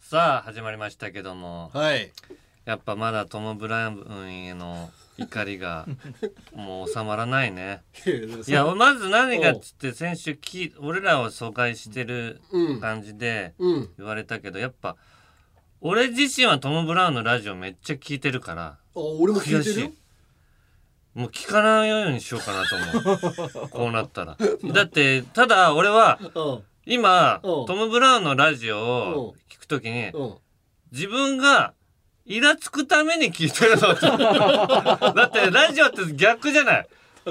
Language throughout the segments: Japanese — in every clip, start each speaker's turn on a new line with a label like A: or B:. A: さあ始まりましたけども
B: はい。
A: やっぱまだトム・ブラウンへの怒り がもう収まらないねいやまず何がっつって先週き俺らを疎開してる
B: うん。
A: 感じで
B: うん。
A: 言われたけどやっぱ俺自身はトム・ブラウンのラジオめっちゃ聞いてるから
B: あ、俺も聞
A: 悔
B: いて
A: し
B: るよ
A: い。もう聞かないようにしようかなと 思うこうなったらだってただ俺は
B: うん。
A: 今
B: うん
A: トム・ブラウンのラジオを聞くときに
B: うん。
A: 自分がイラつくために聞いてる のだってラジオって逆じゃない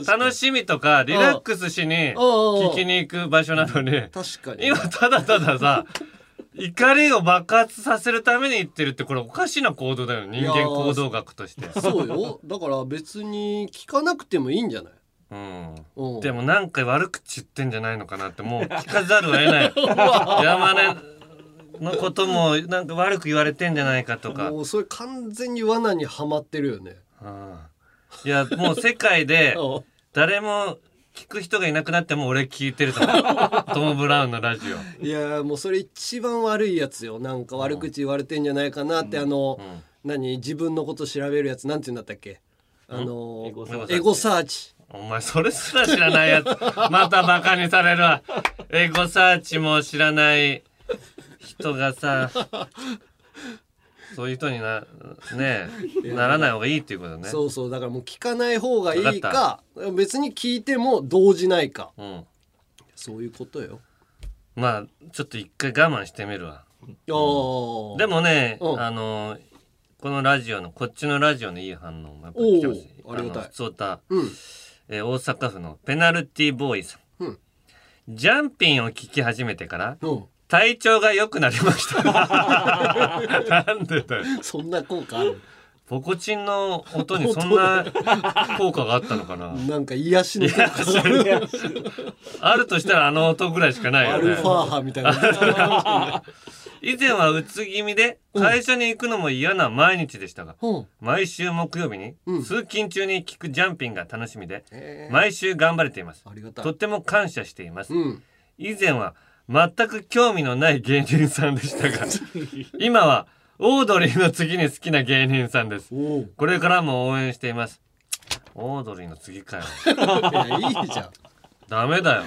A: 楽しみとかリラックスしに聞き
B: 聞
A: に行く場所なのに
B: 確かに。
A: 今ただたださ怒りを爆発させるために言ってるってこれおかしな行動だよ人間行動学として。
B: そうよ。だから別に聞かなくてもいいんじゃない。
A: うん
B: うん。
A: でもなんか悪口言ってんじゃないのかなってもう聞かざるを得ない山根のこともなんか悪く言われてんじゃないかとか、
B: もうそれ完全に罠にはまってるよね。
A: うんいやもう世界で
B: うん
A: 誰も聞く人がいなくなっても俺聞いてると思う トム・ブラウンのラジオ、
B: いやーもうそれ一番悪いやつよなんか悪口言われてんじゃないかなって、あの、
A: うん
B: 何自分のこと調べるやつなんて言うんだったっけあの
C: エゴ
A: サーチ
B: エゴサーチ
A: お前それすら知らないやつまたバカにされるわエゴサーチも知らない人がさそういう人になねえならない方がいいっていうことね
B: そうそうだからもう聞かない方がいい
A: わ
B: か別に聞いても動じないか
A: うん、
B: そういうことよ
A: まあちょっと一回我慢してみるわ
B: あー
A: でもね、
B: うん
A: あのこのラジオのこっちのラジオのいい反応もやっぱ来てほしい
B: おーありがたい
A: の普通歌
B: うん
A: えー大阪府のペナルティーボーイさん、
B: うん
A: ジャンピンを聞き始めてから
B: うん
A: 体調が良くなりましたなんでだよ
B: そんな効果ある
A: ポコチンの音にそんな効果があったのかな
B: なんか癒しの効果がある
A: あるとしたらあの音ぐらいしかない
B: ア
A: よ
B: ル
A: ね
B: ファ波みたいな
A: 以前はうつ気味で会社に行くのも嫌な毎日でしたが、
B: うん
A: 毎週木曜日に
B: うん
A: 通勤中に聞くジャンピンが楽しみで
B: えー
A: 毎週頑張れています
B: ありがた
A: と
B: い
A: っても感謝しています
B: うん
A: 以前は全く興味のない芸人さんでした が今はオードリーの次に好きな芸人さんです
B: おおい
A: これからも応援していますオードリーの次かよ
B: やいいじゃん
A: ダメだよ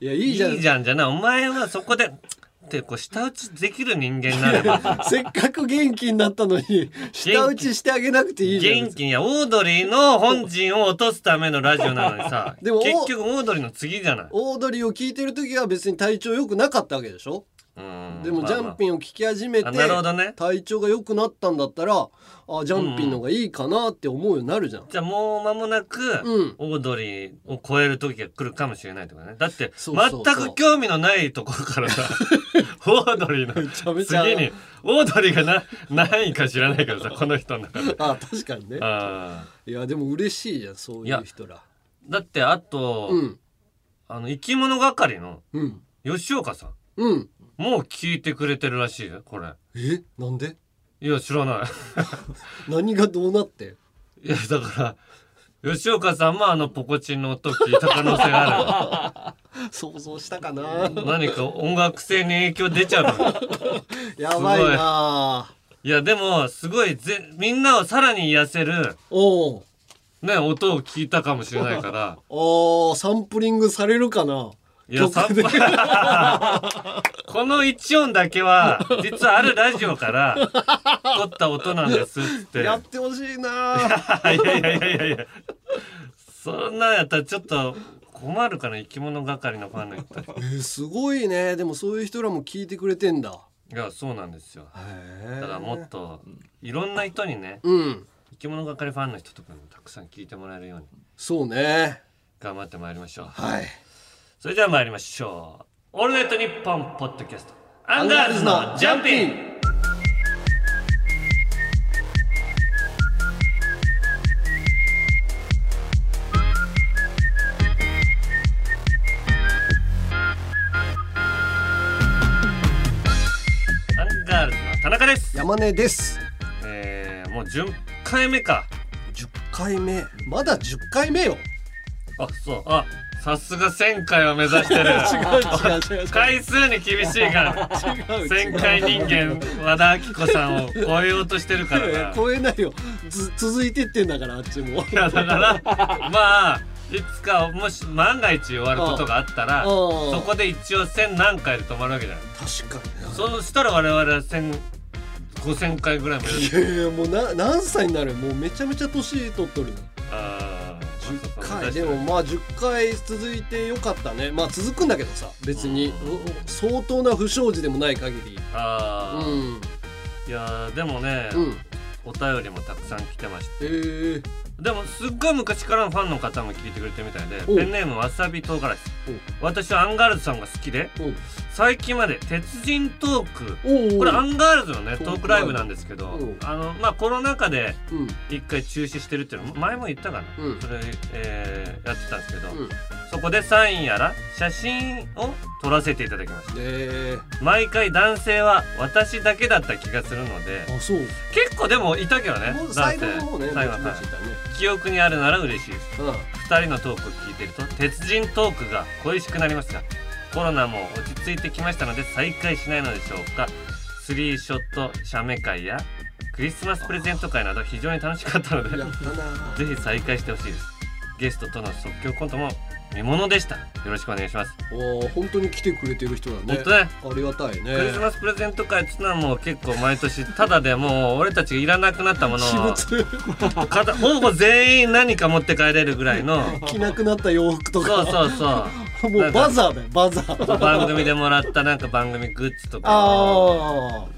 B: い やい
A: い
B: い
A: い
B: じ
A: じ
B: ゃ
A: ゃ
B: ん
A: んじゃないお前はそこでってこう舌打ちできる人間になれば
B: せっかく元気になったのに舌打ちしてあげなくて いいじゃん
A: 元気にやオードリーの本陣を落とすためのラジオなのにさ
B: でもお
A: 結局オードリーの次じゃない
B: オードリーを聞いてる時は別に体調良くなかったわけでしょ
A: うん
B: でもジャンピ
A: ン
B: ンを聞き始めて
A: あなるほどね
B: 体調が良くなったんだったらあジャンピンの方がいいかなって思うようになるじゃん
A: じゃあもう間もなく、
B: うん
A: オードリーを超える時が来るかもしれないとかねだって
B: そうそうそう
A: 全く興味のないところから さオードリーの
B: ちゃめちゃ
A: 次にオードリーがな何位か知らないけどさこの人の 中で。
B: あ確かにね
A: あ
B: いやでも嬉しいじゃんそういう人ら
A: ーだってあと、
B: うん
A: あの生き物係の
B: うん
A: 吉岡さん
B: うん
A: もう聞いてくれてるらしいよこれ
B: えなんで
A: いや知らない
B: 何がどうなって
A: い やだから吉岡さんもあのポコチンの音聞いた可能性があ
B: 想像したかな
A: る何か音楽性に影響出ちゃうの
B: やばいない
A: やでもすごいぜみんなをさらに癒せる
B: おう
A: ね音を聞いたかもしれないから
B: おーサンプリングされるかない
A: やさ この一音だけは実はあるラジオから撮った音なんですってい
B: や
A: や
B: ってほしいな
A: いやいやいやいやそんなんやったらちょっと困るかな生き物係のファンの人
B: えーすごいねでもそういう人らも聞いてくれてんだ
A: いやそうなんですよ
B: へえ
A: だからもっといろんな人にね
B: うん
A: 生き物係ファンの人とかにもたくさん聞いてもらえるように
B: そうね
A: 頑張ってまいりましょう
B: はい
A: それでは参りましょう。オールナイトニッポンポッドキャスト。アンガールズのジャンピンアンガールズの田中です。
B: 山根です
A: えー、もう10回目か。
B: 10回目まだ10回目よ
A: あ、そう。あ、さすが1000回を目指して る
B: 違う違う違う
A: 回数に厳しいから
B: 違う違う
A: 1000回人間和田アキ子さんを超えようとしてるか
B: いや い
A: ら
B: や
A: な
B: 超えないよず続いてってんだからあっちも
A: いやだからまあいつかもし万が一終わることがあったら
B: ああ
A: そこで一応1000何回で止まるわけじゃない
B: 確かにな
A: そうしたら我々は1000 5000回ぐらいもやる
B: いやいやもうな何歳になるもうめちゃめちゃ年取っとるな
A: ああ
B: 10回でもまあ10回続いてよかったねまあ続くんだけどさ別に
A: うん
B: おお相当な不祥事でもない限りう
A: ああ、
B: ん
A: いやーでもね、
B: うん
A: お便りもたくさん来てました
B: えー、
A: でもすっごい昔からのファンの方も聞いてくれてるみたいで
B: お
A: ペンネームわさび唐辛子私はアンガールズさんが好きで
B: お
A: 最近まで鉄人トーク
B: おうおう
A: これアンガールズのね
B: トーク
A: トークライブなんですけど
B: うん
A: あのまあコロナ禍で
B: うん
A: 一回中止してるっていうの前も言ったかな、
B: うん
A: それ、えーやってたんですけど、
B: うん
A: そこでサインやら写真を撮らせていただきまし
B: え
A: た毎回男性は私だけだった気がするので
B: ー、あそう
A: 結構でもいたけどね
B: もう
A: 男
B: 最
A: 性
B: 後の方ね
A: 最後
B: ぼち
A: は
B: ぼ
A: い
B: ちいたね
A: 記憶にあるなら嬉しいです
B: うん
A: 2人のトークを聞いてると鉄人トークが恋しくなりますがコロナも落ち着いてきましたので再開しないのでしょうかスリーショット写メ会やクリスマスプレゼント会など非常に楽しかったので
B: やったな
A: ぜひ再開してほしいですゲストとの即興コントも見ものでしたよろしくお願いします、
B: おー本当に来てくれてる人だね
A: 本当ね
B: ありがたいね
A: クリスマスプレゼント会っつうのはもう結構毎年ただでもう俺たちがいらなくなったも のを
B: 私物
A: 片ほぼ全員何か持って帰れるぐらい の
B: 着なくなった洋服と
A: そ
B: か
A: うそうそう
B: もうバザーだよバザー
A: 番組でもらったなんか番組グッズとかを
B: あ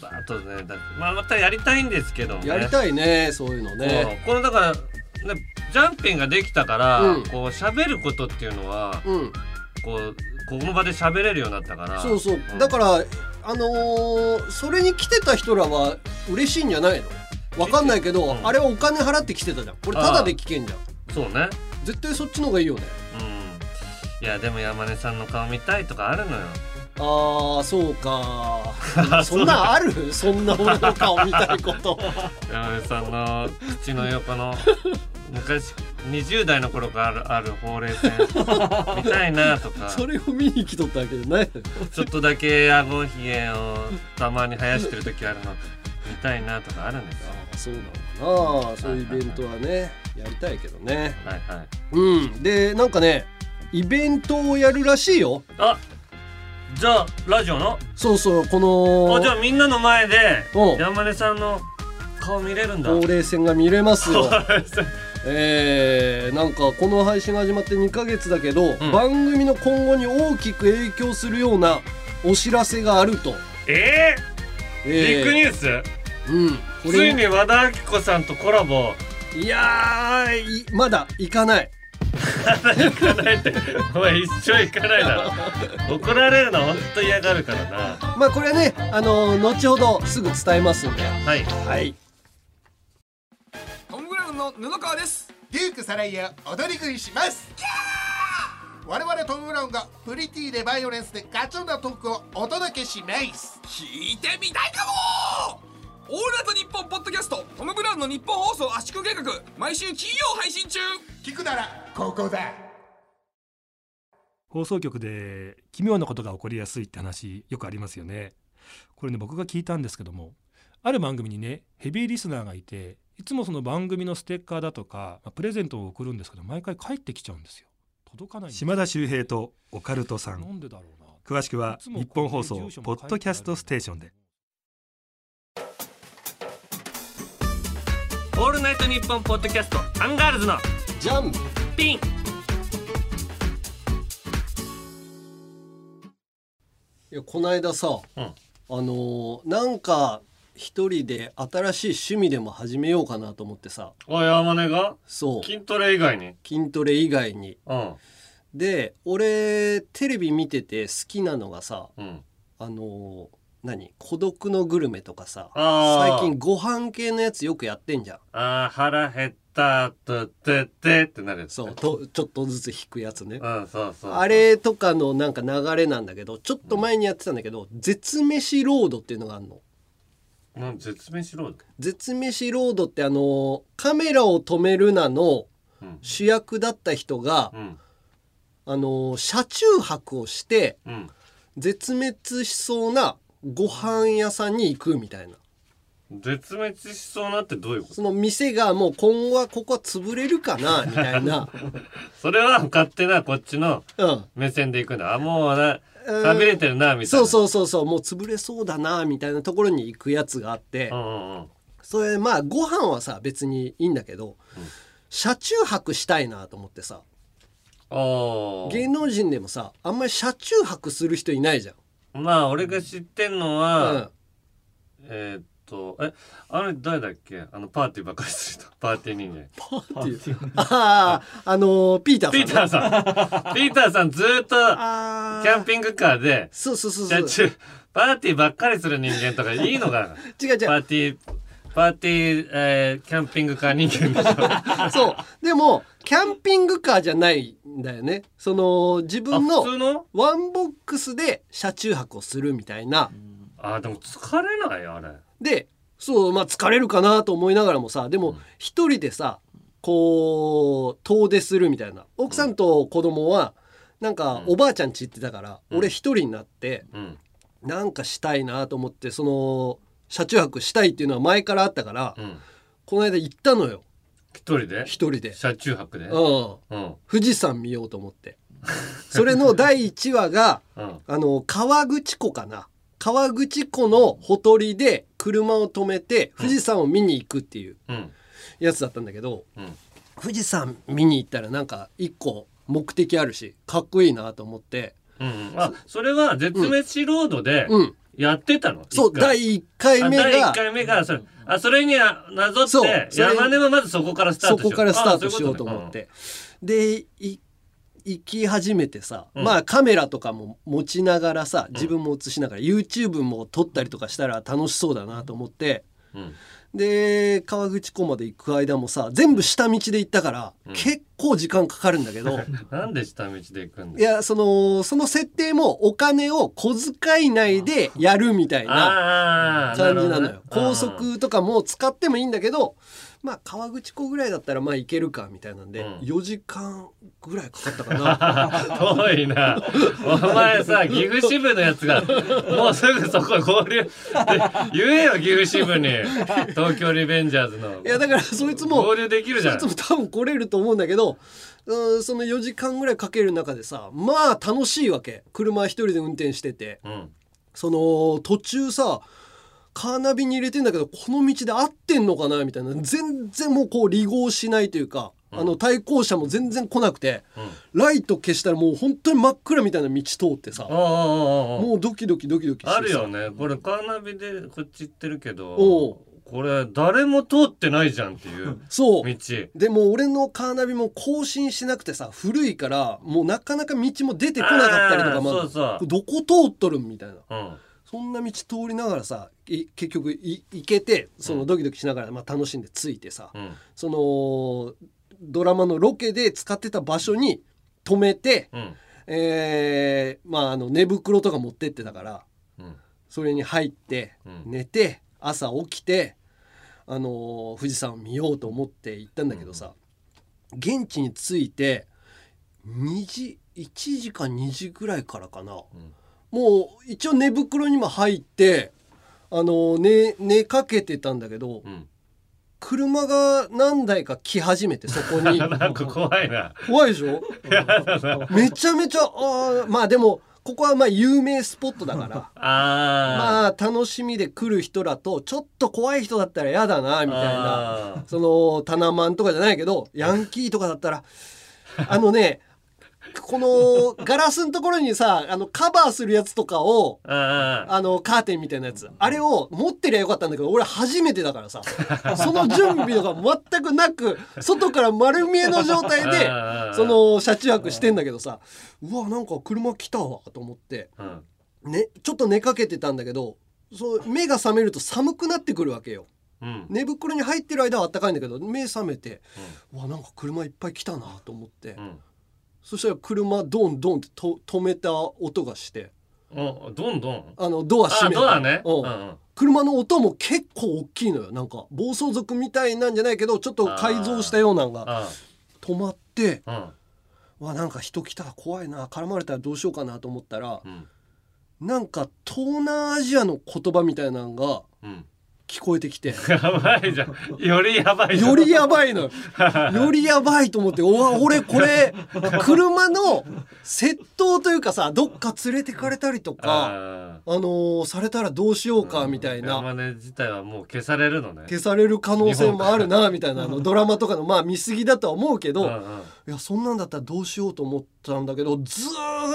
A: バーッとねだまあ、またやりたいんですけども
B: あ
A: ね
B: やりたいねそういうのね
A: そうこのだから、ね、ジャンピンができたから、
B: うん
A: こう喋ることっていうのは
B: うん
A: こうこの場で喋れるようになったから
B: そうそう
A: うん
B: だからあのーそれに来てた人らは嬉しいんじゃないのわかんないけど、
A: うん
B: あれはお金払って来てたじゃんこれタダで聞けんじゃん
A: そうね
B: 絶対そっちの方がいいよね
A: うんいやでも山根さんの顔見たいとかあるのよ
B: あーそう かそんなんあるそんな俺の顔見たいこと
A: 山根さんの口の横 の昔20代の頃からあるあるほうれい線見たいなとか
B: それを見に来とったわけじゃない
A: ちょっとだけ顎ひげをたまに生やしてる時あるの見たいなとかあるんですよ。
B: あそうなのかなそういうイベントはねやりたいけどね
A: はいはい。
B: うんでなんかねイベントをやるらしいよ
A: あじゃあラジオの
B: そうそうこの
A: あじゃあみんなの前で
B: うん
A: 山根さんの顔見れるんだ。
B: ほうれい線が見れますよ
A: は
B: えー、なんかこの配信が始まって2ヶ月だけど、
A: ん
B: 番組の今後に大きく影響するようなお知らせがあると、
A: いえ
B: え
A: ー、ビッグニ
B: ー
A: ュース、
B: うんこ
A: つい
B: れ
A: に和田アキ子さんとコラ ボ
B: いやーいまだ行かない
A: 行かないってお前一生行かないだろ怒られるのほんと嫌がるからな
B: まあこれはねあのー後ほどすぐ伝えますんで
A: はい
B: はい
C: トム・ブラウンの布川です
D: デュークサライヤ踊り食いします我々トム・ブラウンがプリティでバイオレンスでガチョンなトークをお届けします
C: 聞いてみたいかもオールナイトニッポンポッドキャストトム・ブラウンの日本放送圧縮計画毎週金曜配信中
D: 聞くならここだ
E: 放送局で奇妙なことが起こりやすいって話よくありますよねこれね僕が聞いたんですけどもある番組にねヘビーリスナーがいていつもその番組のステッカーだとか、まあプレゼントを送るんですけど毎回帰ってきちゃうんですよ届かないんですよ
F: 島田秀平とオカルトさ
E: なんんでだろうな
F: 詳しくは日本放送ポッドキャストステーションで
A: 「オールナイトニッポン」ポッドキャストアンガールズの
B: ジャン
A: ピン
B: いやこの間さ、
A: うん
B: あのーなんか一人で新しい趣味でも始めようかなと思ってさ
A: おい山根が
B: そう
A: 筋トレ以外に
B: 筋トレ以外に
A: うん
B: で俺テレビ見てて好きなのがさ
A: うん
B: あのー何孤独のグルメとかさ
A: あー
B: 最近ご飯系のやつよくやってんじゃん
A: あー腹減ったとってってってなるやつ
B: そうとちょっとずつ引くやつね
A: うんそうそう
B: あれとかのなんか流れなんだけどちょっと前にやってたんだけど「絶飯ロード」っていうのがあるの。
A: なん絶命しろ
B: 絶飯ロードってあの「カメラを止めるな」の
A: うん
B: 主役だった人が
A: うん
B: あの車中泊をして
A: うん。
B: 絶滅しそうなご飯屋さんに行くみたいな
A: 絶滅しそうなってどういうこと
B: その店がもう今後はここは潰れるかなみたい な、
A: それは勝手なこっちの
B: うん、
A: 目線でいくんだ。あ、もうな、
B: うん
A: 寂れてるな、みたい
B: そ
A: な。
B: うそうそうそうもう潰れそうだなみたいなところに行くやつがあって
A: うんうんうん。
B: それまあご飯はさ別にいいんだけど車中泊したいなと思ってさ
A: お
B: 芸
A: ー。
B: 能人でもさあんまり車中泊する人いないじゃん。
A: まあ、俺が知ってんのは、
B: うん
A: えーっと、え、あれ誰だっけあの、パーティーばっかりする人。パーティー人間。
B: っていうあああのーピーターさん
A: ピ
B: ね、
A: ーターさん。ピーターさんずーっと、
B: あー
A: キャンピングカーで、
B: そうそうそう
A: 車
B: そう
A: 中、パーティーばっかりする人間とかいいのかな
B: 違う
A: パ
B: 違
A: ーティー、パーティー、えーキャンピングカー人間でしょ。
B: うそうでもキャンピングカーじゃないんだよねその自
A: あ
B: 分の
A: 普通の
B: ワンボックスで車中泊をするみたいな
A: あーでも疲れないよあれ
B: でそうまあ疲れるかなと思いながらもさでも一人でさこう遠出するみたいな奥さんと子供はなんかおばあちゃん家行ってたから、
A: うん
B: 俺一人になって
A: うん
B: なんかしたいなと思ってその車中泊したいっていうのは前からあったから、
A: うん
B: この間行ったのよ
A: 一人で
B: 一人で、
A: 車中泊でう
B: うんん、
A: うん
B: 富士山見ようと思ってそれの第1話が
A: うん
B: あの川口湖かな川口湖のほとりで車を止めて富士山を見に行くっていう
A: うん
B: やつだったんだけど、
A: うん
B: 富士山見に行ったらなんか一個目的あるしかっこいいなと思って
A: うんあそれは絶滅ロードで
B: うん
A: やってたの
B: そう
A: 一回
B: 第1回目
A: あ第
B: が
A: 一回目がそれあそれにあなぞ
B: そう
A: って
B: それ
A: 山根はまずそこからスター
B: そ
A: トしよう
B: こからスタート
A: あそ
B: し
A: い
B: よ
A: こ
B: うと
A: ね
B: 思ってでい行き始めてさ、
A: うん
B: まあカメラとかも持ちながらさ自分も映しながら、YouTube も撮ったりとかしたら楽しそうだなと思って
A: うんうん
B: で川口湖まで行く間もさ全部下道で行ったから、
A: うん
B: 結構時間かかるんだけど
A: なんで下道で行くん
B: い
A: だ
B: やそのその設定もお金を小遣い内でやるみたいな。
A: ああー
B: 感じな
A: るほ
B: の
A: ど
B: よ
A: ね
B: 高速とかも使ってもいいんだけどまあ川口湖ぐらいだったらまあ行けるかみたいなんで、
A: うん
B: 4時間ぐらいかかったか な
A: 遠いなお前さ岐阜支部のやつがもうすぐそこ合流 って言えよ岐阜支部に東京リベンジャーズの
B: いやだからそいつも
A: 合流できるじ
B: そ
A: ゃ
B: い
A: ん
B: つも多分来れると思うんだけどうんその4時間ぐらいかける中でさまあ楽しいわけ車一人で運転してて
A: うん
B: その途中さカーナビに入れてんだけどこの道で合ってんのかなみたいな全然もうこう離合しないというか、あの対向車も全然来なくて、ライト消したらもう本当に真っ暗みたいな道通ってさ
A: おうおうおうおう
B: もうドキドキドキドキしてさ
A: あるよねこれカーナビでこっち行ってるけど
B: おう
A: これ誰も通ってないじゃんっていう道
B: そうでも俺のカーナビも更新しなくてさ古いからもうなかなか道も出てこなかったりと
A: あ
B: か
A: ー
B: まだ
A: そうそう
B: これどこ通っとるんみたいな
A: うん
B: そんな道通りながらさい結局い行けてそのドキドキしながら、まあ、楽しんで着いてさ、
A: うん
B: そのドラマのロケで使ってた場所に止めて、
A: うん
B: えーまあ、あの寝袋とか持ってってたから
A: うん
B: それに入って
A: うん
B: 寝て朝起きて、あのー富士山を見ようと思って行ったんだけどさ、現地に着いて2時1時か2時ぐらいからかな、もう一応寝袋にも入って、あのー寝寝かけてたんだけど、
A: うん
B: 車が何台か来始めてそこ に
A: なんか怖いな
B: 怖いでし ょめちゃめちゃあーまあでもここはまあ有名スポットだから。
A: あ
B: まあ楽しみで来る人らとちょっと怖い人だったら嫌だな
A: ー
B: みたいな
A: あ
B: そのタナマンとかじゃないけどヤンキーとかだっ たらあのねこのガラスのところにさあのカバーするやつとかを
A: ーあー
B: あのカーテンみたいなやつあれを持ってりゃよかったんだけど俺初めてだからさその準備とか全くなく外から丸見えの状態 で
A: あー
B: その車中泊してんだけどさうわなんか車来たわと思って。
A: うん
B: ね、ちょっと寝かけてたんだけどそう目が覚めると寒くなってくるわけよ
A: うん
B: 寝袋に入ってる間は暖かいんだけど目覚めて、うわなんか車いっぱい来たなと思って、
A: うん
B: そしたら車ドンドンってと止めた音がして
A: おどんどん
B: あのドア閉
A: あ
B: め
A: そうだね
B: うん
A: うん
B: 車の音も結構大きいのよなんか暴走族みたいなんじゃないけどちょっと改造したようなのが
A: あ
B: 止まって
A: うん
B: わなんか人来たら怖いな絡まれたらどうしようかなと思ったら
A: うん
B: なんか東南アジアの言葉みたいなのが
A: うん
B: 聞こえてきて
A: やばいじゃんよりやばいじゃん
B: よりやばいのよよりやばいと思っておわ俺これ車の窃盗というかさどっか連れてかれたりとか
A: あ
B: あのーされたらどうしようかみたい
A: ー
B: な。
A: 山根自体はもう消されるのね
B: 消される可能性もあるなみたいなあのドラマとかのまあ見過ぎだとは思うけ
A: うんう
B: ど
A: ん
B: いやそんなんだったらどうしようと思ったんだけどず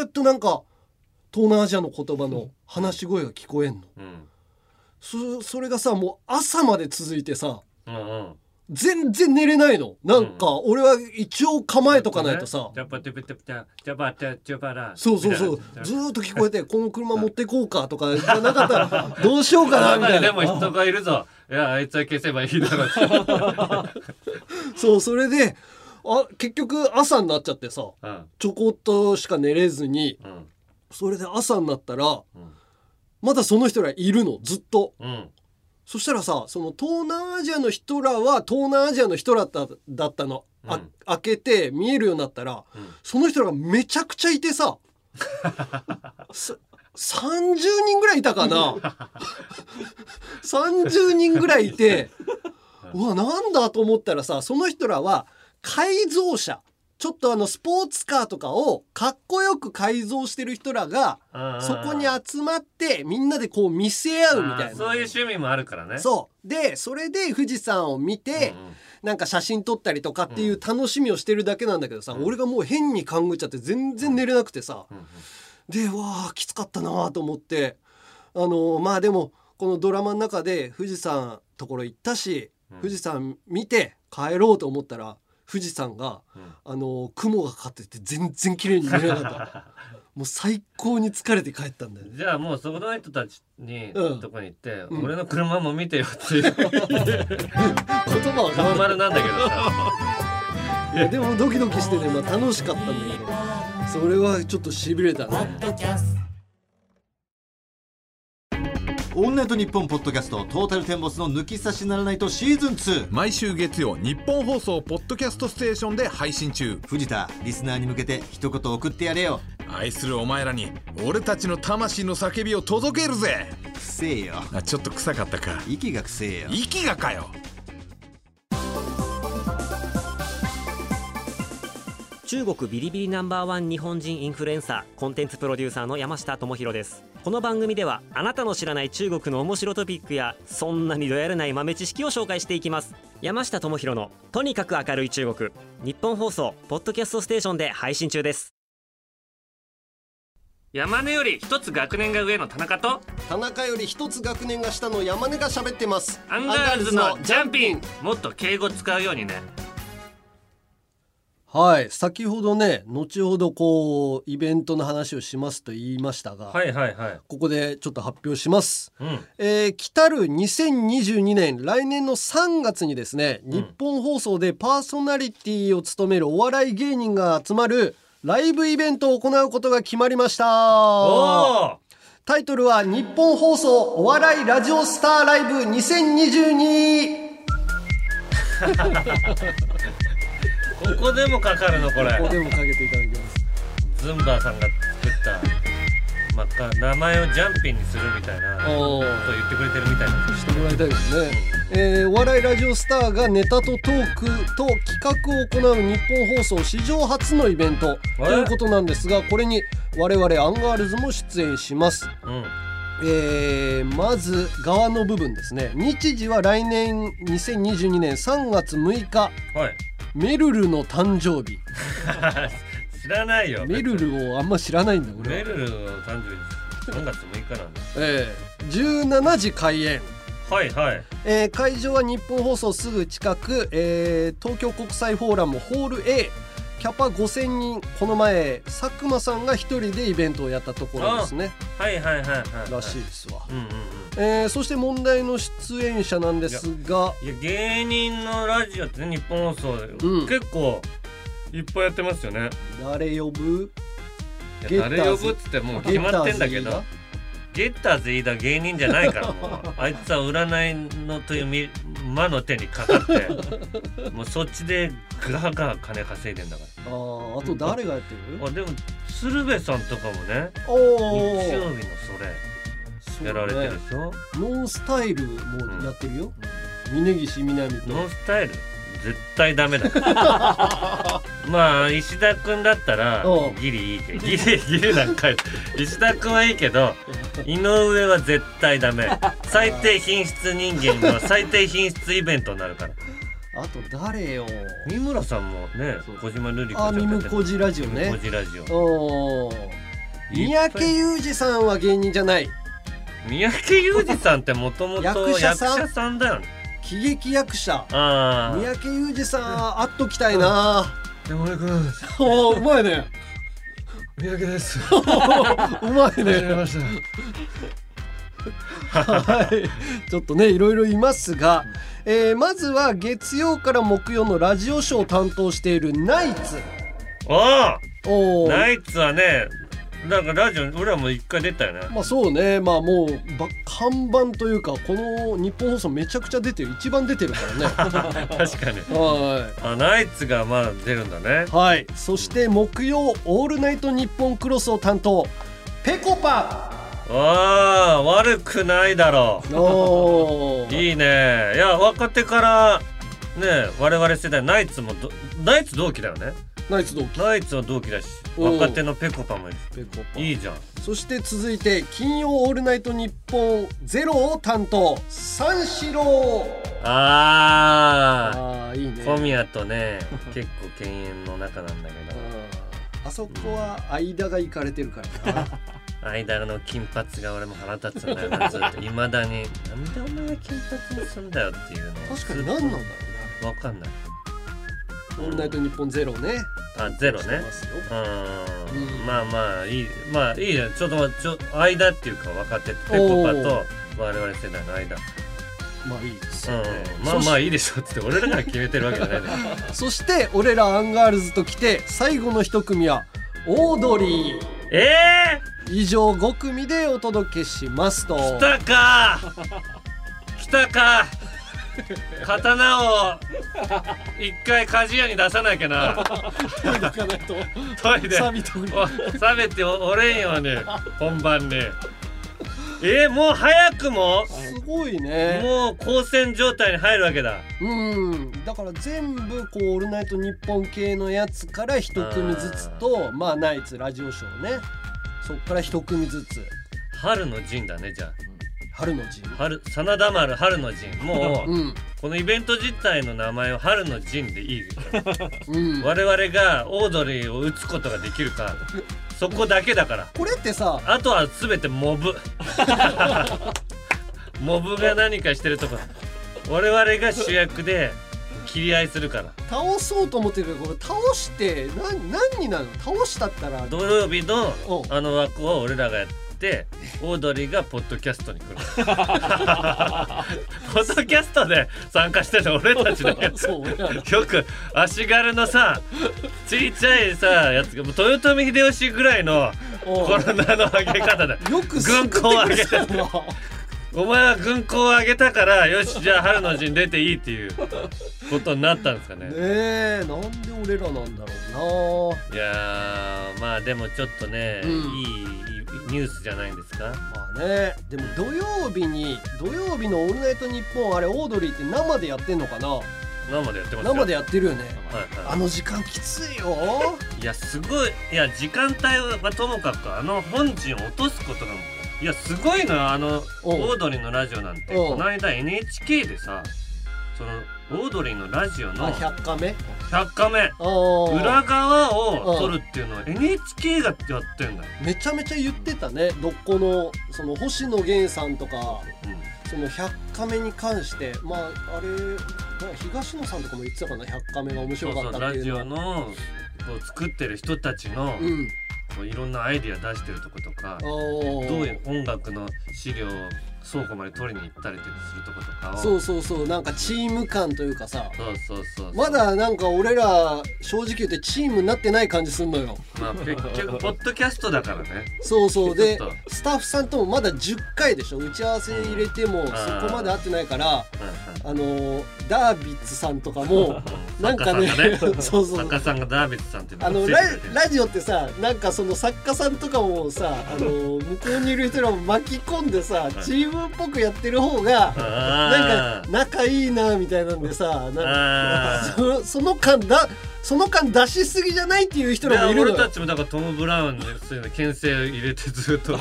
B: ーっとなんか東南アジアの言葉の話し声が聞こえんの
A: うん
B: そそれがさもう朝まで続いてさ
A: うんうん
B: 全然寝れないのなんか俺は一応構えとかないとさ
A: ジャパテペテペタジャパテジャパラ
B: そうそうそうずーっと聞こえてこの車持ってこうかとかじゃなかったらどうしようかな
A: あ
B: みたい
A: で
B: な
A: も人がいるぞいやあいつは消せばいいだろうって
B: そうそれであ結局朝になっちゃってさ
A: うん
B: ちょこっとしか寝れずに
A: うん
B: それで朝になったら
A: うん
B: まだその人らいるのずっと
A: うん
B: そしたらさその東南アジアの人らは東南アジアの人らだっただったの、あ
A: うん
B: 開けて見えるようになったら、
A: うん
B: その人らがめちゃくちゃい てささ30人ぐらいいた かな30人ぐらいいてうわなんだと思ったらさその人らは改造車ちょっとあのスポーツカーとかをかっこよく改造してる人らが
A: あー
B: そこに集まってみんなでこう見せ合うみた
A: あ
B: い
A: ー
B: な。
A: そういう趣味もあるからね
B: そうでそれで富士山を見
A: う
B: て、
A: んうん
B: なんか写真撮ったりとかっていう楽しみをしてるだけなんだけどさ、俺がもう変に勘ぐっちゃって全然寝れなくてさ、
A: んうん
B: でわあきつかったなあと思ってあのーまあでもこのドラマの中で富士山ところ行ったし、
A: うん
B: 富士山見て帰ろうと思ったら富士山が、
A: うん
B: あのー雲がかかってて全然綺麗に見えな かったもう最高に疲れて帰ったんだよね。
A: じゃあもうそこの人たちに、
B: うん
A: とこに行って、
B: ん
A: 俺の車も見てよって いう
B: 言葉は変
A: ノー
B: わらない
A: マルなんだけどさ
B: いやでもドキドキしてね、まあ、楽しかったんだけどそれはちょっとしびれたね。
G: オールナイトニッポンポッドキャストトータルテンボスの抜き差しならないとシーズン2
H: 毎週月曜日本放送ポッドキャストステーションで配信中
G: 藤田リスナーに向けて一言送ってやれよ
H: 愛するお前らに俺たちの魂の叫びを届けるぜ
G: くせえよ
H: あちょっと臭かったか
G: 息がくせえよ
H: 息がかよ
I: 中国ビリビリナンバーワン日本人インフルエンサーコンテンツプロデューサーの山下智博ですこの番組ではあなたの知らない中国の面白トピックやそんなにどやらない豆知識を紹介していきます山下智博のとにかく明るい中国日本放送ポッドキャストステーションで配信中です
A: 山根より一つ学年が上の田中と
B: 田中より一つ学年が下の山根が喋ってます
A: アンガールズのジャンピンもっと敬語使うようにね
B: はい先ほどね後ほどこうイベントの話をしますと言いましたが、
A: いはいはい
B: ここでちょっと発表します、
A: うん
B: えー来たる2022年来年の3月にですね、日本放送でパーソナリティを務めるお笑い芸人が集まるライブイベントを行うことが決まりました
A: お
B: タイトルは日本放送お笑いラジオスターライブ2022
A: ーここでもかかるのこれ
B: おでもかけていただきます
A: ズンバーさんが作った、まあか、名前をジャンピンにするみたいなことを
B: おー
A: 言ってくれてるみたいなんです
B: してもらいたいですね、えーお笑いラジオスターがネタとトークと企画を行う日本放送史上初のイベントということなんですがこれに我々アンガールズも出演します
A: うん
B: えーまず側の部分ですね日時は来年2022年3月6日
A: はい
B: めるるの誕生日
A: 知らないよ
B: めるるをあんま知らないんだ俺
A: メ
B: は
A: ルルの誕生日4月6日なんで
B: ええ17時開演、
A: はいはい
B: えー会場は日本放送すぐ近く、えー東京国際フォーラムホール A キャパ5000人この前佐久間さんが一人でイベントをやったところですね
A: はいはいはいはい
B: らしいですわ、
A: うんうん
B: えーそして問題の出演者なんですが
A: うんいや芸人のラジオってね日本放送で、
B: うん
A: 結構いっぱいやってますよね
B: 誰呼ぶ
A: いや
B: ゲッターズ
A: 誰呼ぶっつってもう決まってんだけど ゲッターズ飯田芸人じゃないからもうあいつは占いのというみ魔の手にかかってもうそっちでガーガー金稼いでんだか
B: あーあと誰がやって
A: らあ
B: る
A: でも鶴瓶さんとかもね日
B: おお
A: 曜日のそれやられてるでしょ、
B: ノースタイルもやってるよ、峯岸みなみと
A: ノンスタイル絶対ダメだ まあ石田君だったら
B: うん
A: ギリいいけど ギリギリなんか石田君はいいけど井上は絶対ダメ最低品質人間の最低品質イベントになるから
B: あと誰よ
A: 三村さんもね
G: そ
A: 小
G: う
A: 島瑠璃子ちゃ
B: あ
A: んとや
B: ミ
A: っ
B: ム
A: てる
B: コジラジオ
A: ミム
B: ね
A: コジラジオ
B: おー三宅裕二さんは芸人じゃない
A: 三宅裕二さんってもともと
B: 役
A: 役
B: 者
A: 者
B: さん
A: さんだよね
B: 喜劇役者
A: あ
B: 三
A: あ
B: 宅裕二さん会っときたいな、
A: 山田君
B: おおうまいね
A: 三宅 です
B: うま いね。
A: ました
B: はい。ちょっとね、いろいろいますが、えーまずは月曜から木曜のラジオショーを担当しているナイツ。
A: お
B: お
A: お
B: お。
A: ナイツはねなんかラジオ俺らも一回出たよね
B: まあそうね、まあもうば看板というかこの日本放送めちゃくちゃ出てる一番出てるから ね
A: 確かに
B: は
A: あナイツがまあ出るんだね
B: い、はい、そして木曜「オールナイトニッポンクロス」を担当ぺこぱ
A: ああ悪くないだろ
B: お
A: う
B: ー
A: いいねいや若手からね我々世代ナイツもどナイツ同期だよね
B: ナイツ同期
A: ナイツは同期だし
B: うん
A: 若手のぺこぱもいる
B: ぺこぱ
A: いいじゃん
B: そして続いて金曜「オールナイトニッポンゼロを担当三四郎
A: あ
B: ああいいね
A: あ小宮とね結構犬猿の中なんだけど
B: うんあそこは間が行かれてるから な
A: 間の金髪が俺も腹立つんだよなずっといまだになんでお前が金髪にすんだよっていうのを
B: 確かに何なんだろうね
A: わかんない
B: 「オールナイトニッポンゼロね
A: あゼロ
B: して
A: ね
B: ますよ
A: うー
B: うん
A: んまあまあいいまあいいじゃんちょっと待ってちょ間っていうか若手とぺこぱと我々世代の間
B: まあいいですよね、
A: うんまあまあいいでしょうっつって俺らが決めてるわけじゃないで
B: そして俺らアンガールズと来て最後の一組はオードリー
A: え
B: 以上5組でお届けしますと
A: ー、来たか来たか刀を一回鍛冶屋に出さなきゃな
B: 行かないと
A: トイレ
B: サビと
A: お冷めておれんよね本番でえー、もう早くも
B: すごいね
A: もう光線状態に入るわけだ
B: うんだから全部こう「オールナイトニッポン」系のやつから一組ずつとまあナイツラジオショーねそっから一組ずつ
A: 春の陣だねじゃ
B: 春の陣
A: あ春真田丸春の陣もう
B: うん
A: このイベント自体の名前を春の陣でいいから
B: うん
A: 我々がオードリーを打つことができるかそこだけだから
B: これってさ
A: あとは全てモブ モブが何かしてるとこ我々が主役で切り合いするから
B: 倒そうと思ってるけどこれ倒して何何になるの倒したったら
A: 土曜日の
B: お
A: あの枠を俺らがやってオードリーがポッドキャストに 来るポッドキャストで参加してるの俺たちだけ
B: そう俺らだ
A: よく足軽のさちいちゃいさやつがもう豊臣秀吉ぐらいの
B: おう
A: コロナの上げ方だ
B: よく救って くれたな
A: お前は軍港を上げたからよしじゃあ春の陣出ていいっていうことになったんですかね
B: ねえなんで俺らなんだろう
A: いやーまあでもちょっとね、
B: うん
A: いいニュースじゃないんですか
B: なまあねでも土曜日に土曜日の「オールナイトニッポン」あれオードリーって生でやってんのかな
A: 生でやってますよ
B: 生でやってるよね
A: はいはい
B: あの時間きついよ
A: いやすごいいや時間帯はともかくあの本陣を落とすことがもういやすごいのよあの
B: おう
A: オードリーのラジオなんて
B: おう
A: この間 NHK でさそのオードリーのラジオ
B: あ
A: の
B: 100カメ
A: 100カメ
B: あー
A: 裏側を撮るっていうのを NHK がやってんだよ、
B: めちゃめちゃ言ってたねどっこのその星野源さんとかその「100カメ」に関してまああれな東野さんとかも言ってたかな「100カメ」が面
A: う
B: 白
A: ん、
B: か
A: そう
B: った
A: そう
B: っ
A: ラ
B: ていう
A: ジ
B: の
A: オのこう作ってる人たちの、
B: うん
A: こういろんなアイディア出してるとことか
B: あー
A: どういう音楽の資料を倉庫まで取りに行ったりとかするとことかを
B: そうそうそうなんかチーム感というかさ
A: そうそうそうそう
B: まだなんか俺ら正直言ってチームになってない感じすんのよ
A: ま あ結局ポッドキャストだからね
B: そうそうで
A: ちょっ
B: スタッフさんともまだ10回でしょ打ち合わせ入れてもそこまで合ってないから
A: う
B: あのーダービッツさんと かも
A: んう
B: なん
A: ん
B: かね
A: 作家さんがね
B: そうそう
A: 作家さんがダービッツさんっていう
B: あ
A: の
B: の
A: を
B: ラ
A: ついてくれてる
B: ラジオってさなんかその作家さんとかもさあのー向こうにいる人らも巻き込んでさチームっぽくやってる方がな
A: あ
B: んか仲いいなみたいなんでさなんか
A: あ
B: そのその感だその感出しすぎじゃないっていう人らもいる
A: 俺
B: の
A: た
B: よ
A: ちもだからトム・ブラウンにそういうの牽制を入れてずっ と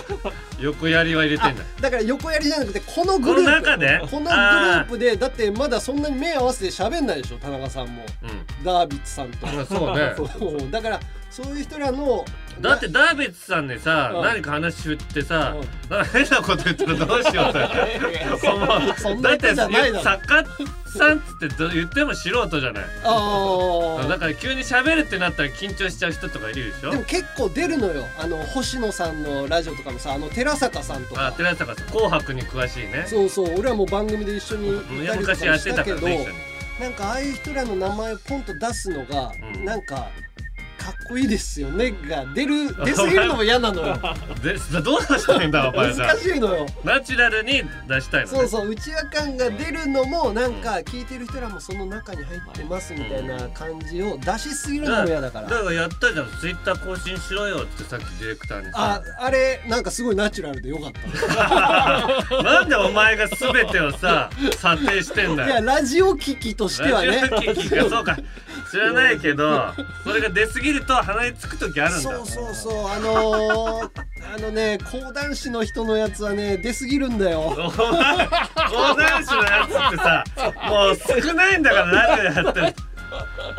A: 横やりは入れてんだ
B: だから横やりじゃなくてこのグループ
A: この中で
B: このグループでだってまだそんなに目合わせて喋んないでしょ田中さんも
A: う
B: ダービッツさんと
A: んまあそうね
B: そうだからそういう人らの
A: だってダービッツさんでさ、
B: うん
A: 何か話振ってさ、
B: うん
A: なんか変なこと言ったらどうしようって
B: そん
A: だ
B: な
A: っ
B: 人
A: て
B: じゃないだろ
A: 作家さんっつってど言っても素人じゃない
B: あー
A: だから急に喋るってなったら緊張しちゃう人とかいるでしょ
B: でも結構出るのよあの星野さんのラジオとかもさあの寺坂さんと
A: あ
B: か
A: 寺坂さん紅白に詳しいね
B: そうそう俺はもう番組で一緒にいたりとか
A: 昔や
B: も
A: っ
B: してた
A: たか
B: け
A: ら
B: ど
A: ね一緒に
B: なんかああいう人らの名前をポンと出すのが、
A: うん
B: なんかかっこいいですよねが 出る出すぎるのも嫌なのよ
A: でだどうしたいんだ お 前さ
B: 難しいのよ
A: ナチュラルに出したいのね
B: そうそう内輪感が出るのもなんか聞いてる人らもその中に入ってますみたいな感じを出しすぎるのも嫌だから
A: だからやったじゃんツイッター更新しろよってさっきディレクターに
B: あ
A: さ
B: あれなんかすごいナチュラルでよ かった
A: なんでお前が全てをさ査定してんだ
B: いや
A: よ
B: ラジオ機器としてはね
A: ラジオ機器 がそうか知らないけどそれが出過ぎると鼻につく時あるんだ
B: そうそうそうあのー、 あのね講談師の人のやつはね出過ぎるんだよ
A: お前講談師のやつってさもう少ないんだからラジオやってる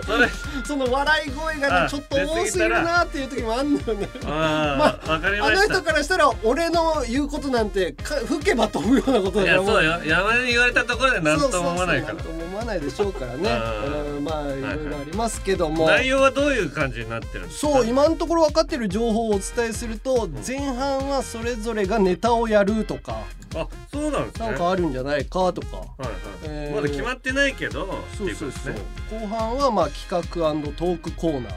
A: それ
B: その笑い声が
A: あ
B: ねちょっと多すぎるなっていう時もあんのよね
A: ああ、わかりま
B: あの
A: し
B: 人
A: た
B: からしたら俺の言うことなんてか吹けば飛ぶようなこと
A: い
B: だから
A: や
B: も
A: そうよ山根に言われたところで何とも思わないから
B: そうそうそうなんとも思わないでしょうからね
A: うん
B: うんまあいろいろありますけども
A: 内容はどういう感じになってるんですか
B: そう今のところ分かってる情報をお伝えすると前半はそれぞれがネタをやるとか
A: あそうなんですね
B: なんかあるんじゃないかとか
A: はいはい
B: えー
A: まだ決まってないけど
B: そうそう
A: って
B: そ
A: いうことですね
B: 後半はまあ企画トークコーナー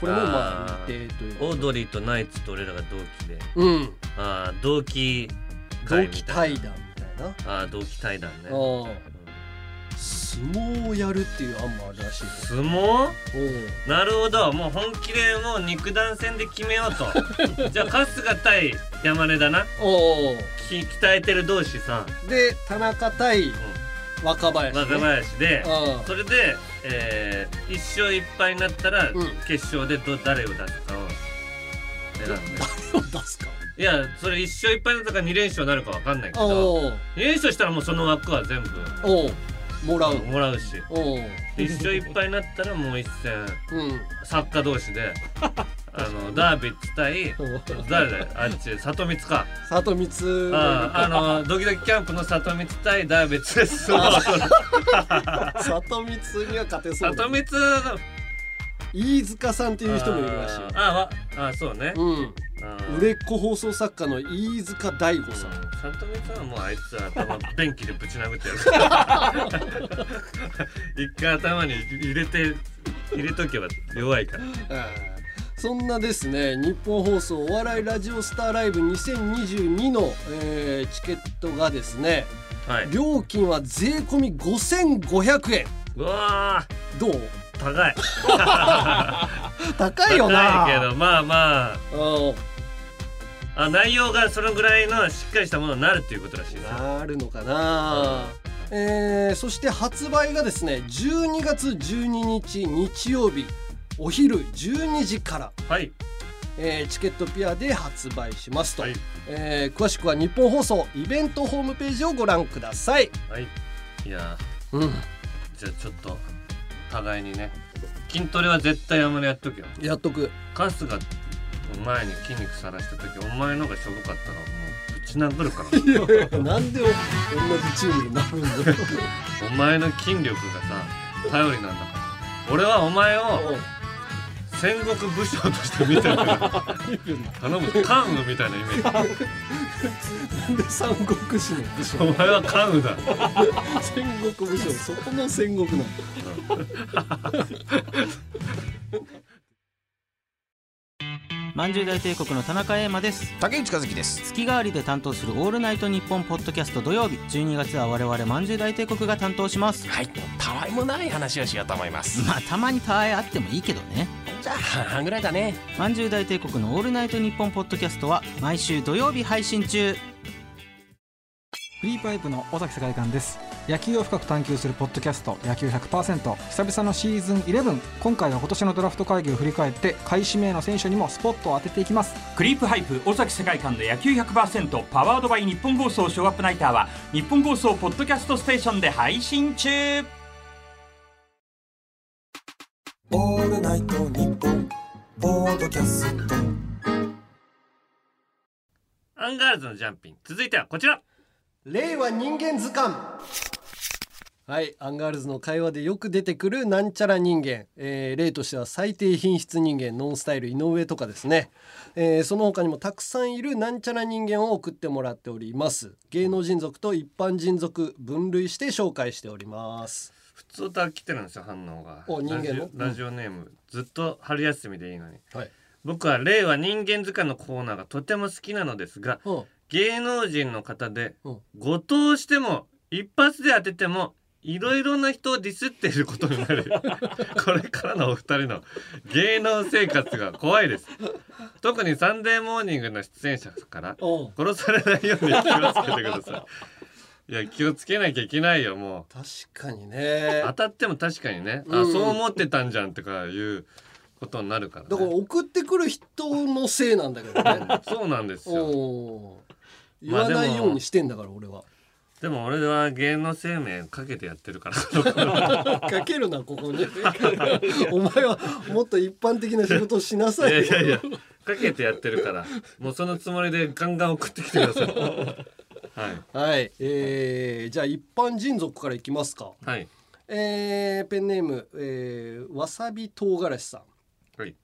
B: これもまあ
A: あー
B: 日程という
A: オードリーとナイツと俺らが同期で
B: うん
A: あー同期会み
B: 同期
A: たい
B: 対
A: な
B: 談みたいな
A: あー同期対談ね
B: うん相撲をやるっていう案もあるらしいです
A: 相撲
B: おう
A: なるほどもう本気でもう肉弾戦で決めよう とじゃあ春日対山根だな
B: おう
A: き鍛えてる同士さ
B: で田中対若林、ね、
A: 若林で
B: あ
A: それで、えー、一勝一敗になったら、
B: うん
A: 決勝でど誰を出すかを選んで
B: 手を出すか
A: いやそれ一勝一敗になったか2連勝になるかわかんないけど
B: おう
A: 2連勝したらもうその枠は全部
B: おうもらう
A: もらうし
B: おう
A: で一勝一敗になったらもう一戦
B: うん
A: 作家同士 であのダービッツ対誰だよあっち里光か
B: 里光
A: あああのドキドキキャンプの里光対ダービッツですそう
B: あ
A: そう
B: 里光には勝てそう だ
A: 里光
B: ね
A: の
B: 飯塚さんっていう人もいるらしいよ
A: あーあわあそうね
B: うん
A: あー
B: 売れっ子放送作家の飯塚大悟さん
A: サトミツはもうあいつ頭便器でぶち殴ってやるから 一回頭に入れて入れとけば弱いから
B: そんなですね日本放送お笑いラジオスターライブ2022の、えーチケットがですね
A: はい
B: 料金は税込み5500円
A: うわ
B: どう
A: ー高い
B: 高いよな
A: 高いけどまあまあ
B: う
A: あ内容がそのぐらいのしっかりしたものになるっていうことらしいで
B: ん
A: す
B: なるのかな、えーそして発売がですね12月12日日曜日お昼12時から、
A: はい
B: えーチケットピアで発売しますと、
A: はい
B: えー詳しくは日本放送イベントホームページをご覧ください、
A: はいいや
B: うん、
A: ーじゃあちょっと互いにね筋トレは絶対あんまりやっとけよ
B: やっとく
A: 春日が前に筋肉さらした時お前のがしょぼかったらもうぶち殴るから
B: いやいやなんで同じチームになるんだよ
A: お前の筋力がさ頼りなんだから俺はお前を戦国武将として見てる 頼む関羽みたいなイメー
B: なんで三国志の武将
A: ジお前は関羽だ
B: 戦国武将そこの戦国なの
J: まんじゅう大帝国の田中英馬です
H: 竹内和樹です
J: 月替わりで担当する「オールナイトニッポン」ポッドキャスト土曜日12月は我々まんじゅう大帝国が担当します
K: はいたわいもない話をしようと思います
J: まあたまにたあいあってもいいけどね
K: じゃあ半々ぐらいだね
J: まんじゅう大帝国の「オールナイトニッポン」ポッドキャストは毎週土曜日配信中
L: フリーパイプの尾崎世界観です野球を深く探求するポッドキャスト野球100%久々のシーズン11今回は今年のドラフト会議を振り返って開指名の選手にもスポットを当てていきます
M: クリープハイプ尾崎世界観の野球100%パワードバイ日本放送ショーアップナイターは日本放送ポッドキャストステーションで配信中
N: オールナイトニッポンポッドキャスト
A: アンガールズのジャンピン続いてはこちら
B: 令和人間図鑑はいアンガールズの会話でよく出てくるなんちゃら人間、えー例としては最低品質人間ノンスタイル井上とかですね、えーその他にもたくさんいるなんちゃら人間を送ってもらっております芸能人族と一般人族分類して紹介しております
A: 普通とは来てるんですよ反応が
B: お人
A: ラ
B: 間の
A: ジオラジオネーム、ずっと春休みでいいのに
B: はい
A: 僕は令和人間図鑑のコーナーがとても好きなのですが
B: うん
A: 芸能人の方で
B: うん
A: 誤答しても一発で当ててもいろいろな人をディスっている ことになりこれからのお二人の芸能生活が怖いです特に「サンデーモーニング」の出演者から
B: うん
A: 殺されないように気をつけてくださいいや気をつけなきゃいけないよもう
B: 確かにね
A: 当たっても確かにね、
B: う
A: あ
B: ん
A: そう思ってたんじゃんとかいうことになるから
B: だから
A: ね
B: 送ってくる人のせいなんだけどね
A: そうなんですよ
B: おー言
A: まあ
B: わ
A: でも
B: ないようにしてんだから俺は
A: でも俺は芸能生命かけてやってるから
B: かけるなここに お前はもっと一般的な仕事をしなさ
A: い
B: い
A: や
B: よ
A: いやいやかけてやってるからもうそのつもりでガンガン送ってきてくださいはい
B: はい、えー、じゃあ一般人族からいきますか、
A: はい
B: えー、ペンネーム、えー、わさび唐辛子さん
A: はい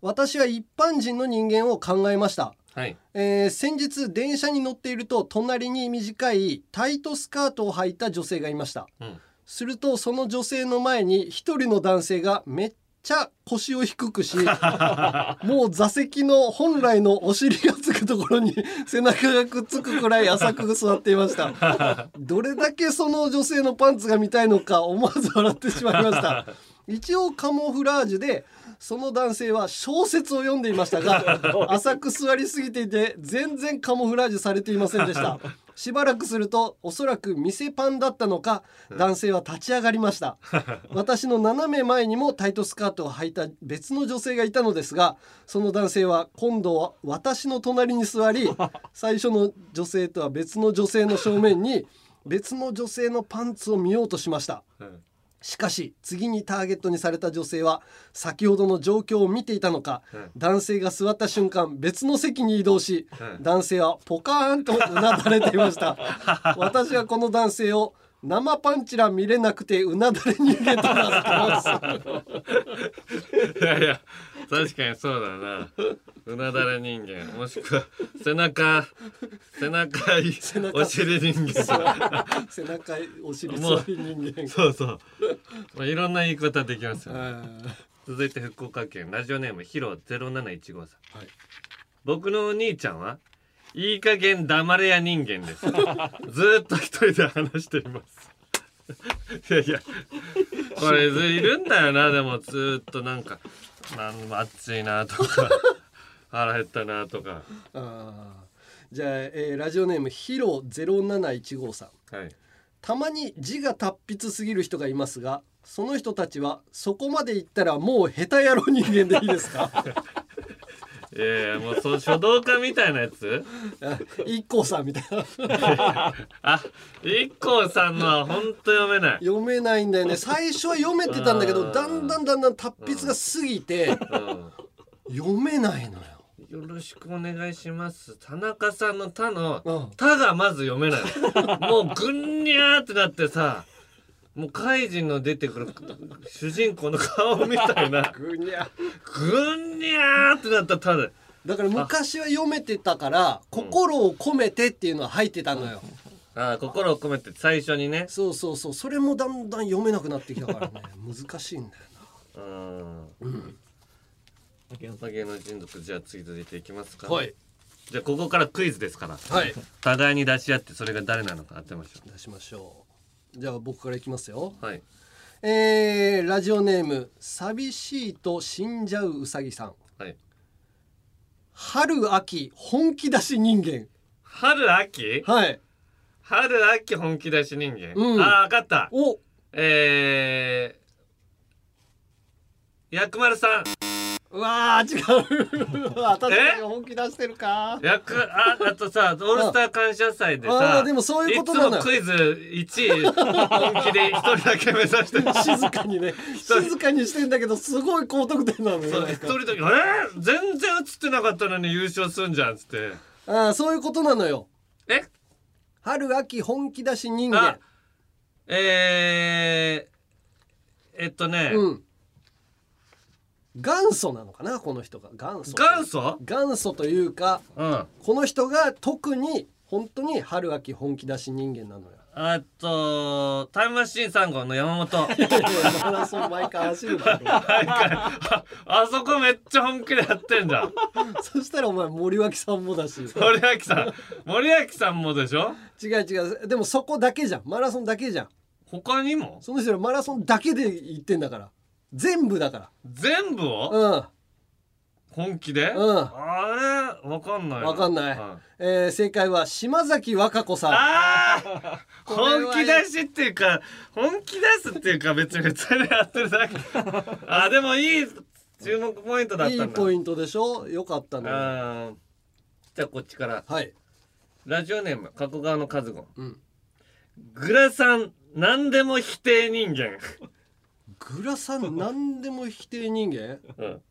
B: 私は一般人の人間を考えました
A: はい
B: えー先日電車に乗っていると隣に短いタイトスカートを履いた女性がいました、
A: うん
B: するとその女性の前に一人の男性がめっちゃ腰を低くしもう座席の本来のお尻がつくところに背中がくっつくくらい浅く座っていましたどれだけその女性のパンツが見たいのか思わず笑ってしまいました一応カモフラージュでその男性は小説を読んでいましたが浅く座りすぎていて全然カモフラージュされていませんでしたしばらくするとおそらく店パンだったのか男性は立ち上がりました 私の斜め前にもタイトスカートを履いた別の女性がいたのですがその男性は今度は私の隣に座 り最初の女性とは別の女性の正面に別の女性のパンツを見ようとしました
A: うん
B: しかし次にターゲットにされた女性は先ほどの状況を見ていたのか、
A: うん
B: 男性が座った瞬間別の席に移動し、
A: うん
B: 男性はポカーンとうなだれていました 私はこの男性を生パンチラ見れなくてうなだれ人間と名付けます
A: いやいや確かにそうだなうなだれ人間もしくは背中背中い
B: 中
A: お尻人間
B: 背中お尻
A: も
B: 座
A: う
B: り人 間
A: そうそう、まあ、いろんな言い方できますよね
B: うん
A: 続いて福岡県ラジオネームヒロ0715さん、
B: はい
A: 僕のお兄ちゃんはいい加減黙れや人間です ずーっと一人で話しています いやいやこれずいるんだよなでもずーっとなんかなん暑いなとか 腹減ったなとか
B: あーじゃあ、えーラジオネームヒロ0715さん
A: はい
B: たまに字が達筆すぎる人がいますがその人たちはそこまで行ったらもう下手野郎人間でいいですか
A: いやいやもうそ書道家みたいなやつ
B: 一 k さんみたいな
A: あ一 k さんのはほんと読めない
B: 読めないんだよね最初は読めてたんだけ
A: う
B: ど
A: ん
B: だんだんだんだん達筆が過ぎて
A: うん
B: 読めないのよ
A: よろしくお願いします。田中さんの他の
B: うん
A: 「た」がまず読めない。もうぐんにゃーってなってさ、もう怪人の出てくる主人公の顔みたいな
B: ぐにゃ
A: ぐにゃーってなったらただ
B: だから昔は読めてたから「心を込めて」っていうのは入ってたのよ、
A: あー心を込めて最初にね
B: そうそうそうそれもだんだん読めなくなってきたから ね難しいんだよ
A: うん芸能人族じゃあ次続いていきますか
B: はい
A: じゃあここからクイズですから
B: はい
A: 互いに出し合ってそれが誰なのか当てましょう
B: 出しましょうじゃあ僕からいきますよ
A: はい
B: えー、ラジオネーム「寂しいと死んじゃううさぎさん」
A: はい
B: 春秋本気出し人間
A: 春秋
B: はい
A: 春秋本気出し人間、
B: うん
A: ああ分かった
B: お
A: えー、薬丸さん
B: うわー違 ううわ確かに本気出してるか
A: 薬ああと さ「オールスター感謝祭」で
B: あ
A: さ
B: ーでもそういうことな
A: い
B: のよ
A: つもクイズ1位本気で一人だけ目指してる
B: 静か にね静かにしてんだけどすごい高得点なのよ
A: 一人だけ「えー、全然映ってなかったのに優勝すんじゃん」っつって
B: ああそういうことなのよ
A: え
B: 春秋本気出し人間
A: えー、えっとね、
B: うん元祖なのかなこの人が元祖
A: 元祖
B: 元祖というか、この人が特に本当に春秋本気出し人間なのよ
A: あとタイムマシーン3号の山本
B: マラソン毎回走るだろ
A: あ そこめっちゃ本気でやってんじゃ ん
B: そしたらお前森脇さんもだし
A: 森脇さん森脇さんもでしょ
B: 違う違うでもそこだけじゃんマラソンだけじゃん
A: 他にも
B: その人らマラソンだけで行ってんだから全部だか
A: 全部
B: ら
A: を、
B: うん
A: 本気で、
B: うん
A: あれわかんない
B: わかんない、
A: は
B: えー正解は島崎和歌子さんこれは
A: 本気出しっていうか本気出すっていうか別に普通にやってる だけあでもいい注目ポイントだったんだ
B: いいポイントでしょよかったね
A: あーじゃあこっちから
B: はい
A: ラジオネーム加古川の和子、
B: うん
A: グラさん何でも否定人 間
B: グラさん何でも否定人間
A: うん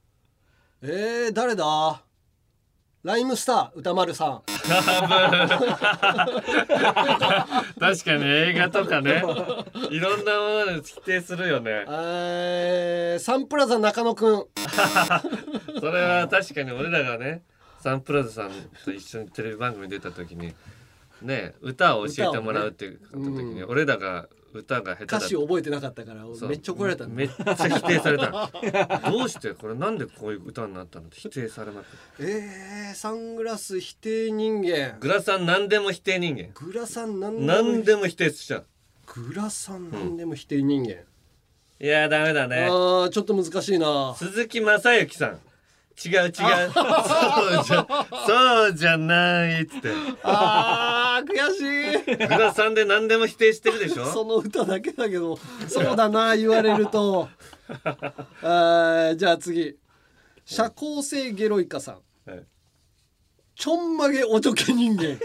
B: えー、誰だライムスター歌丸さ
A: 確かに映画とかねいろんなもので否定するよね
B: ん、えー、サンプラザ中野くん
A: それは確かに俺らがねサンプラザさんと一緒にテレビ番組出た時にね歌を教えてもらうっていう時に、
B: うん
A: 俺らが歌が下手だ
B: 歌詞覚えてなかったから
A: そう
B: めっちゃ怒られたんだ
A: めっちゃ否定され たどうしてこれなんでこういう歌になったのって否定されまくる
B: えー、サングラス否定人間
A: グラさん何でも否定人間
B: グラさん何でも
A: 何でも否定しちゃう
B: グラさん何でも否定人間、
A: いやーダメだ
B: あ
A: ね
B: ーちょっと難しいな
A: 鈴木雅之さん違う違うそうじゃそうじゃないっつって
B: あー悔 しい
A: グラさんで何でも否定してるでしょ
B: その歌だけだけどそうだな言われるとあーじゃあ次社交性ゲロイカさん
A: はい
B: ちょんまげおちょけ 人間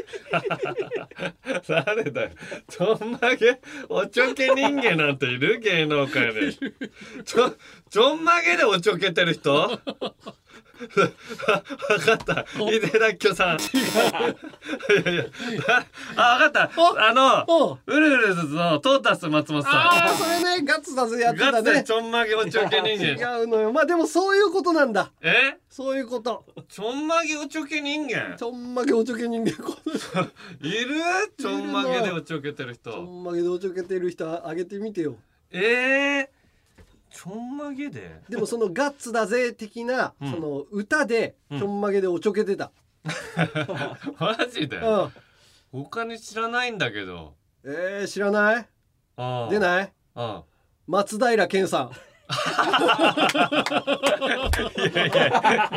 A: 誰だよちょんまげおちょけ人間なんている芸能界でちょちょんまげでおちょけてる人わかった井手らっきょさんいやいやあわかったあのウルフルズのトータス松本
B: あ
A: さ
B: ーそれねガッツだぜやっ
A: ん
B: て
A: ガ
B: た
A: ッツで
B: ね
A: ちょんまげおちょけ人間
B: 違うのよまあでもそういうことなんだ
A: え
B: そういうこと
A: ちょんまげおちょけ人間
B: ちょんまげおちょけ人間このち
A: いるちょんまげでおちょけてる
B: ょ
A: 人
B: んまげでおちょけてる人あげてみてよ
A: えー、ちょんまげで
B: でもそのガッツだぜ的な、
A: うん
B: その歌で
A: うん
B: ちょんまげでおちょけてた、
A: マジで、
B: うん
A: 他に知らないんだけど
B: えー、知らない
A: あ
B: 出
A: い
B: ない
A: あ
B: 松平健さん
A: いやいや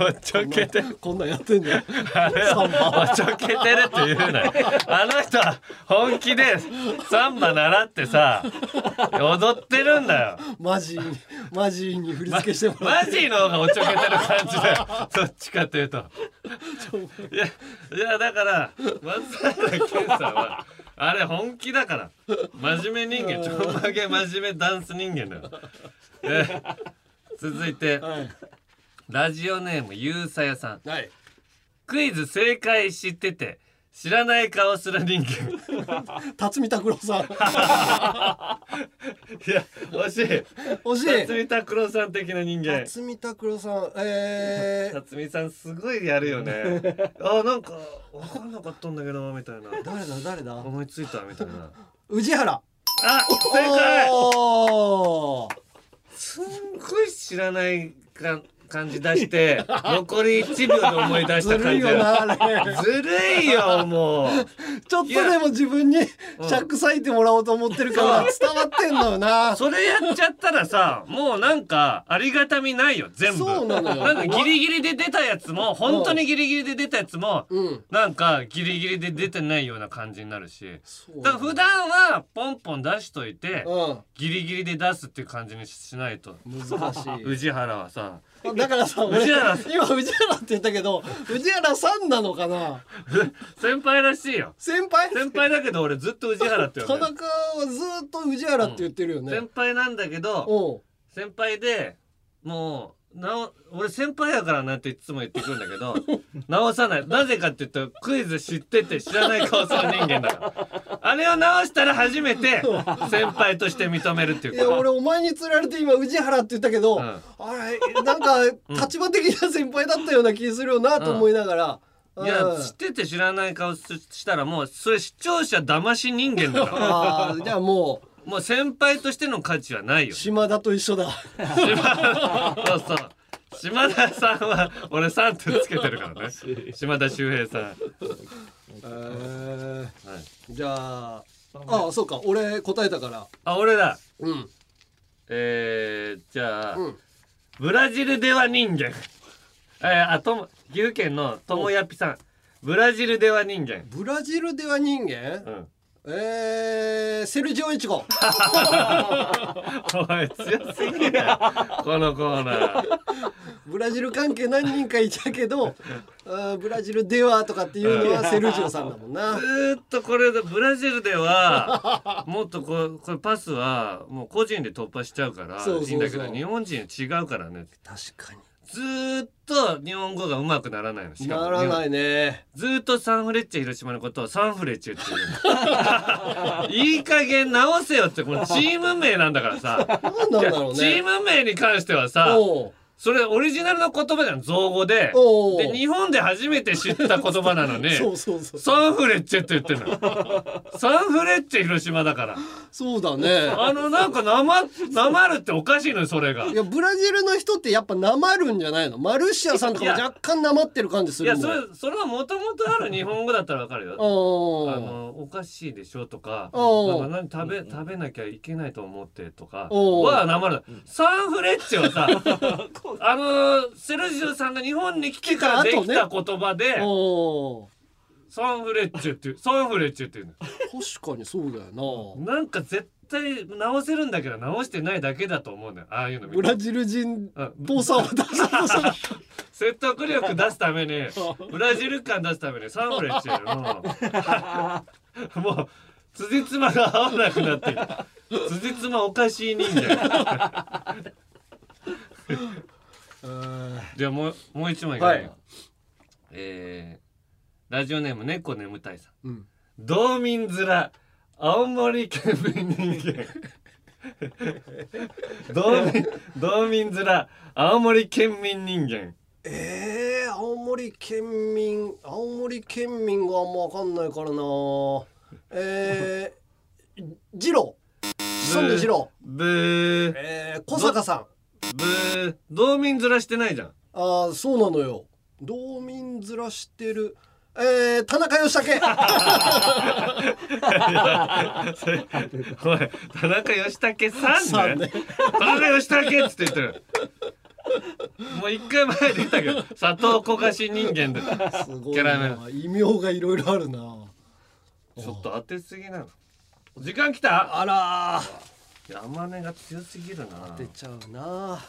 A: おちょけて
B: こんなんやってんだよ
A: あれ
B: サンバ
A: おちょけてるって言うなよあの人は本気でサンバ習ってさ踊ってるんだよ
B: マジにマジに振り付けしてもら
A: マジーの方がおちょけてる感じだよどっちかというといやいやだから松平健さんはあれ本気だから真面目人間ちょんまげ真面目ダンス人間だよえ続いて、ラジオネームゆうさやさん
B: はい
A: クイズ正解してて知らない顔する人間
B: 辰巳拓郎さん
A: いや惜しい
B: 惜しい
A: 辰巳拓郎さん的な人間
B: 辰巳拓郎さんえー、
A: 辰巳さんすごいやるよねあなんか分かんなかったんだけどみたいな
B: 誰だ誰だ
A: 思いついたみたいな
B: 宇治原
A: あ正解
B: おー
A: すんごい知らないか感じ出 して残り1秒で思い出した感じ
B: ずるいよなあれ
A: ずるいよもう
B: ちょっとでも自分に尺割いてもらおうと思ってるから伝わってんのよな
A: それやっちゃったらさもうなんかありがたみないよ全部
B: そうなのよ
A: んかギリギリで出たやつも本当にギリギリで出たやつも、
B: ん
A: なんかギリギリで出てないような感じになるし
B: う
A: だから普段はポンポン出しといて、
B: うん
A: ギリギリで出すっていう感じにしないと
B: 難しい
A: 宇治原はさ
B: だからさ俺
A: 宇治原
B: 今宇治原って言ったけど宇治原さんなのかな
A: 先輩らしいよ
B: 先輩
A: 先輩だけど俺ずっと宇治原って呼んで
B: 田
A: る
B: 中はずっと宇治原って言ってるよね
A: 先輩なんだけ
B: お
A: ど先輩でもうなお俺先輩やからなっていつも言ってくるんだけど 直さないなぜかって言うとクイズ知ってて知らない顔する人間だ からあれを直したら初めて先輩として認めるってい
B: いうや
A: か
B: 俺お前に釣られて今宇治原って言ったけど、あれなんか立場的な先輩だったような気するよなと思いながら、
A: いや
B: うん
A: 知ってて知らない顔ししたらもうそれ視聴者騙し人間だ
B: あ
A: か
B: ー
A: ら
B: じゃあも
A: うもう先輩としての価値はないよ
B: 島田と一緒だ
A: そうそう。島田さんは俺さんってつけてるからね。島田秀平さん。
B: えー
A: はい
B: じゃあああそうか俺答えたから
A: あ、俺だ。
B: うん。
A: えー、じゃあ、
B: うん
A: ブラジルでは人間。えー、あとも岐阜県のともやぴさん。ブラジルでは人間。
B: ブラジルでは人間、えー、セルジオイチゴ
A: お前強すぎるよこのコーナー。
B: ブラジル関係何人かいたけ どあーブラジルではとかっていうのはセルジオさんだもんな
A: ずーっとこれでブラジルではもっとこうこれパスはもう個人で突破しちゃうから
B: そうそうそう
A: いいんだけど日本人違うからね
B: 確かに
A: ずーっと日本語がうまくならないのしかも
B: ならないね
A: ずーっとサンフレッチェ広島のことをサンフレッチェって言うのいい加減直せよってこのチーム名なんだからさ
B: 何なんだろうね
A: チーム名に関してはさ
B: おう
A: それオリジナルの言葉じゃん造語で
B: おう
A: で日本で初めて知った言葉なのに
B: そうそうそう
A: サンフレッチェって言ってるのサンフレッチェ広島だから
B: そうだね
A: あのなんかなまなまるっておかしいのよそれが
B: いやブラジルの人ってやっぱなまるんじゃないのマルシアさんとかも
A: いや
B: 若干なまってる感じす
A: い
B: る
A: や
B: もん
A: それそれはもともとある日本語だったらわかるよ
B: おー
A: あのおかしいでしょとか
B: おー
A: なんか何食べ食べなきゃいけないと思ってとか
B: おー
A: はなまるサンフレッチェは さあのセルジオさんが日本に来てからできた言葉で
B: お
A: サンフレッチェっていうサンフレッチェっていうの
B: ー確かにそうだよ
A: なんか絶対直せるんだけど直してないだけだと思うんだよああいうの
B: な
A: 見
B: ブ
A: て
B: ラジル人
A: うん
B: 坊さんは出したとする
A: 説得力出すため にブラジル感出すためにサンフレッチ ェのもう辻褄が合わなくなってる辻褄おかしい人間じゃあもうもう一枚いかないよ、えーラジオネーム猫眠たいさん、
B: うん
A: 道民面青森県民人間 道民道民面青森県民人間
B: えー、青森県民青森県民があんま分かんないからなえー、ジローそんでジロ
A: ブー
B: ーえー、小坂さん
A: ブー道民面してないじゃん
B: ああそうなのよ道民面してるえー、田中義武
A: それおい田中義武さんね田中義武っつって言ってるもう一回前で言ったけど砂糖焦がし人間で
B: キ
A: ャラメル
B: 異名がいろいろあるな
A: ちょっと当てすぎなの時間きた
B: あらー
A: 山根が強すぎるな
B: 出ちゃうな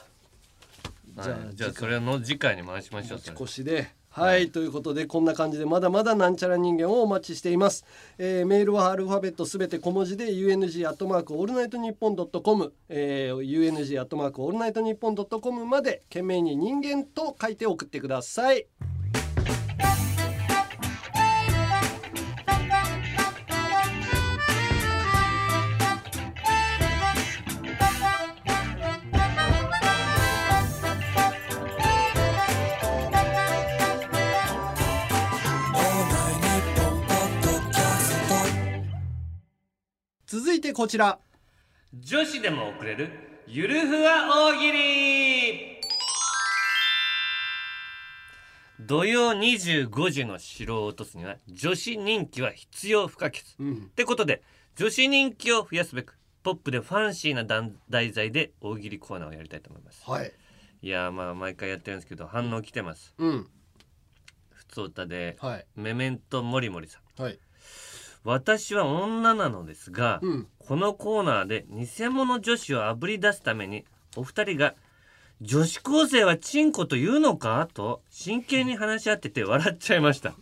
A: じゃあ,、じゃあそれの次回に回しましょうそれ
B: 少しではい、ということでこんな感じでまだまだなんちゃら人間をお待ちしています、えーメールはアルファベットすべて小文字で UNG アットマークオールナイトニッポンドットコム UNG アットマークオールナイトニッポンドットコムまで懸命に人間と書いて送ってくださいこちら
A: 女子でも送れるゆるふわ大喜利土曜25時の城を落とすには女子人気は必要不可欠、ってことで女子人気を増やすべくポップでファンシーな題題材で大喜利コーナーをやりたいと思います
B: はい
A: いやーまあ毎回やってるんですけど反応来てます
B: うん
A: 普通歌で、
B: はい
A: メメントモリモリさん
B: はい
A: 私は女なのですが、
B: うん
A: このコーナーで偽物女子をあぶり出すためにお二人が「女子高生はチンコと言うのか?」と真剣に話し合ってて笑っちゃいました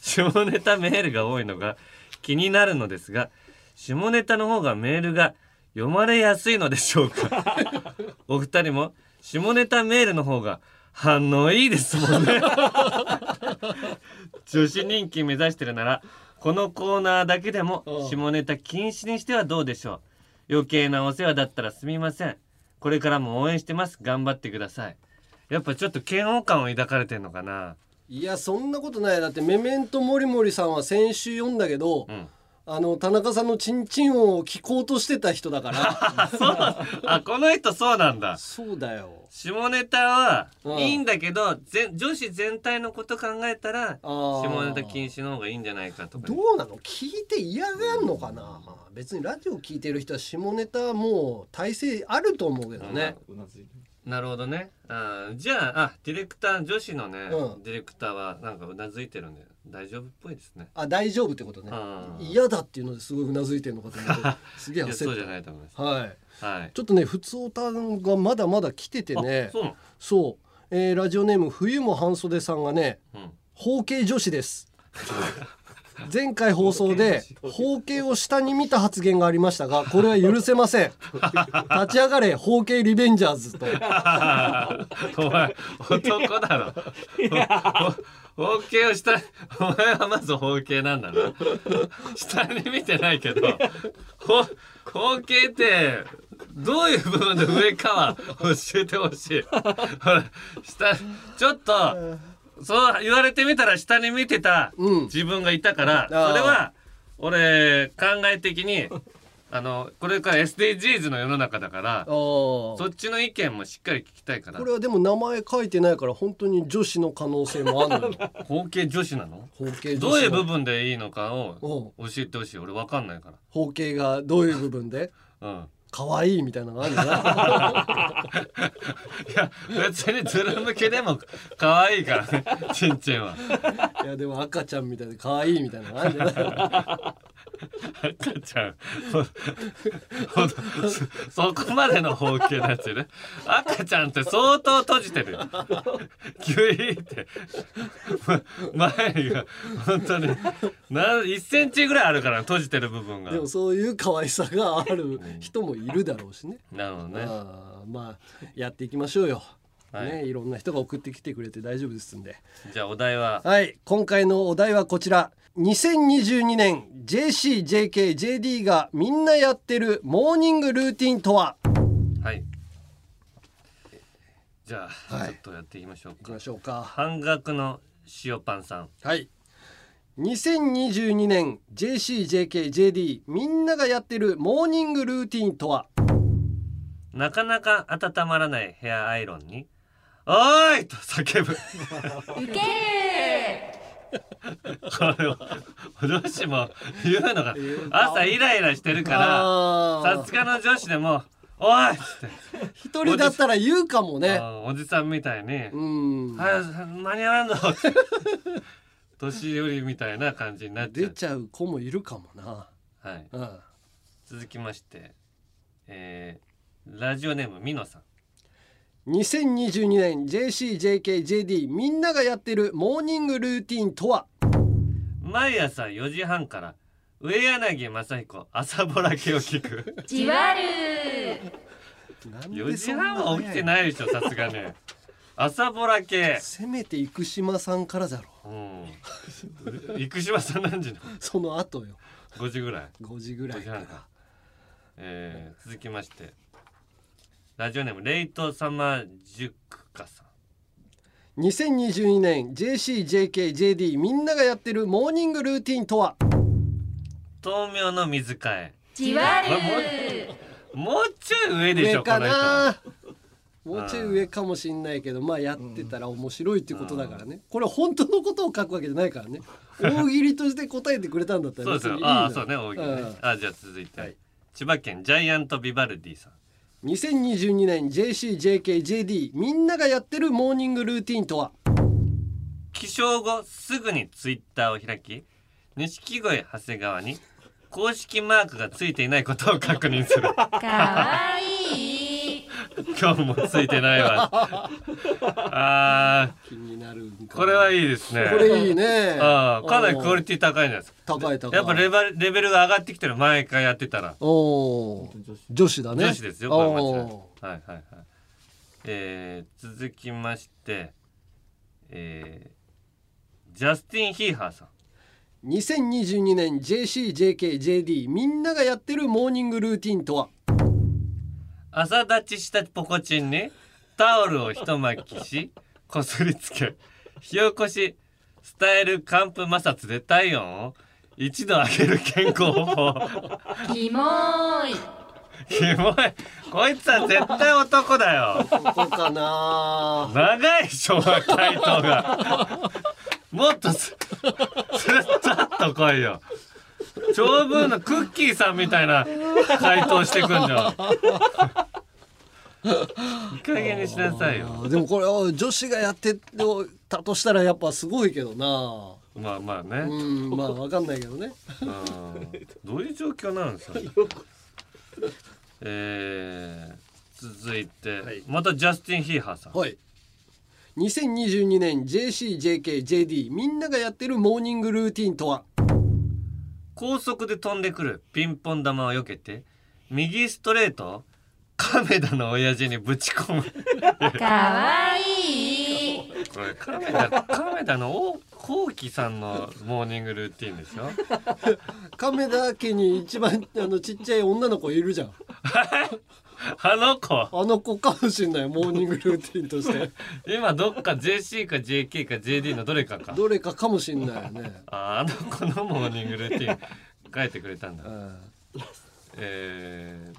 A: 下ネタメールが多いのが気になるのですが下ネタの方がメールが読まれやすいのでしょう かお二人も下ネタメールの方が反応いいですもんね女子人気目指してるならこのコーナーだけでも下ネタ禁止にしてはどうでしょう余計なお世話だったらすみませんこれからも応援してます頑張ってくださいやっぱちょっと嫌悪感を抱かれてんのかない
B: やそんなことないだってメメントモリモリさんは先週読んだけど、あの田中さんのチンチン音を聞こうとしてた人だから
A: あこの人そうなんだ
B: そうだよ
A: 下ネタは
B: うん
A: いいんだけど、全女子全体のこと考えたら
B: ー
A: 下ネタ禁止の方がいいんじゃないかとか
B: どうなの聞いて嫌がんのかな、別にラジオ聞いてる人は下ネタはもう体制あると思うけどね、
A: なるほどねあーじゃああディレクター女子のね、
B: うん
A: ディレクターはなんかうなずいてるんで大丈夫っぽいですね
B: あ大丈夫ってことね
A: あー
B: 嫌だっていうのですごいうなずいてるのかと思 ってすげえ
A: いや
B: 焦
A: そう
B: っ
A: じ
B: た
A: ゃないと思います
B: はい
A: はい
B: ちょっとね普通おたがまだまだ来ててね
A: あそうなの
B: そうえーラジオネーム冬も半袖さんがね、
A: うん
B: 包茎女子です前回放送で包茎を下に見た発言がありましたがこれは許せません立ち上がれ包茎リベンジャーズと
A: お前男だろおお包茎をしたお前はまず包茎なんだな下に見てないけどほ包茎ってどういう部分で上かは教えてほしいほら下ちょっとそう言われてみたら下に見てた 自分がいたから、それは俺考え的に あのこれから SDGs の世の中だから
B: そ
A: っちの意見もしっかり聞きたいから
B: これはでも名前書いてないから本当に女子の可能性もあるのよ
A: 包茎女子なの
B: 包茎女子
A: どういう部分でいいのかを教えてほしい俺わかんないか
B: 包茎がどういう部分で
A: らうん
B: 可愛いみたいなのがあるんだな
A: 別にズル向けでも可愛いからねちんちんはい
B: やでも赤ちゃんみたいで可愛いみたいなのがあるんじゃない
A: 赤ちゃんほほそそこまでの包茎のやつよね赤ちゃんって相当閉じてるよギュイーってま前が本当にな1センチぐらいあるから閉じてる部分が
B: でもそういう可愛さがある人もいるだろうしね。
A: なるほどね
B: あーまあやっていきましょうよ。
A: はい
B: ね、いろんな人が送ってきてくれて大丈夫ですんで。
A: じゃあお題は
B: はい、今回のお題はこちら。2022年 JCJKJD がみんなやってるモーニングルーティンとは
A: はい。じゃあ、ちょっとやっていきましょうか。いきま
B: しょうか。
A: 半額の塩パンさん。
B: はい。2022年 JCJKJD みんながやってるモーニングルーティンとは
A: なかなか温まらないヘアアイロンに。おーいと叫ぶ。
O: ウケる
A: これを女子も言うのが朝イライラしてるからさすがの女子でも「おい!」っつって
B: 一人だったら言うかもね。
A: おじさんみたいに「
B: うん
A: 早く間に合わんの!」 年寄りみたいな感じになっちゃう
B: 出ちゃう子もいるかもな。
A: はい、
B: うん
A: 続きまして、えーラジオネームみのさん
B: 2022年 JCJKJD みんながやってるモーニングルーティンとは
A: 毎朝4時半から上柳正彦朝ぼらけを聞く
O: じわる
A: 4時半は起きてないでしょさすがね朝ぼらけ
B: せめて生島さんからだろ
A: うん生島さん何時の
B: その後よ
A: 5時ぐらい
B: 5時ぐらい
A: 5時半か、えー続きましてラジオネームレイトサマージュックカさん
B: 2022年 JCJKJD みんながやってるモーニングルーティンとは
A: 豆苗の水替え
O: じわる
A: もうちょい上でしょ
B: 上かな
A: この
B: もうちょい上かもしんないけどまあやってたら面白いっていうことだからね、これ本当のことを書くわけじゃな いからね大喜利として答えてくれたんだった
A: 人そ
B: ら
A: うですよ
B: 別にい
A: あ
B: いの
A: あそうね大喜利ね
B: うん
A: あじゃあ続いて、千葉県ジャイアントビバルディさん
B: 2022年 JCJKJD みんながやってるモーニングルーティンとは
A: 起床後すぐにツイッターを開き錦鯉長谷川に公式マークがついていないことを確認する
O: かわいい
A: 今日もついてないわあーこれはいいですね
B: これいいね
A: あーかなりクオリティ高いんじゃないですか
B: 高い高い
A: やっぱレバレベルが上がってきてる毎回やってたら
B: おー女子だね
A: 女子ですよこれ間違いない
B: お
A: はいはいはいえー続きましてえージャスティン・ヒーハーさん
B: ー2022年 JCJKJD みんながやってるモーニングルーティンとは
A: 朝立ちしたポコチンにタオルをひと巻きしこすりつけ火起こしスタイル寒風摩擦で体温を一度上げる健康法
O: キモーい
A: キモいこいつは絶対男だよ
B: ここかな
A: 長い昭和回答がもっとすスッとっと来いよ長文のクッキーさんみたいな回答してくんじゃんいい加減にしなさいよ
B: あでもこれを女子がやってたとしたらやっぱすごいけどな
A: まあまあね
B: うんまあわかんないけどね
A: うんどういう状況なんですかね。えー、続いて、またジャスティン・ヒーハーさん。
B: はい2022年 JCJKJD みんながやってるモーニングルーティンとは
A: 高速で飛んでくるピンポン玉を避けて右ストレートを亀田の親父にぶち込む。
O: かわいい
A: これ亀田亀田の大こうきさんのモーニングルーティンでしょ。
B: 亀田家に一番 あのちっちゃい女の子いるじゃん
A: あの子
B: あの子かもしんないモーニングルーティンとして
A: 今どっか JC か JK か JD のどれかか。
B: どれかかもしんないよね
A: ああの子のモーニングルーティン書いてくれたんだ。え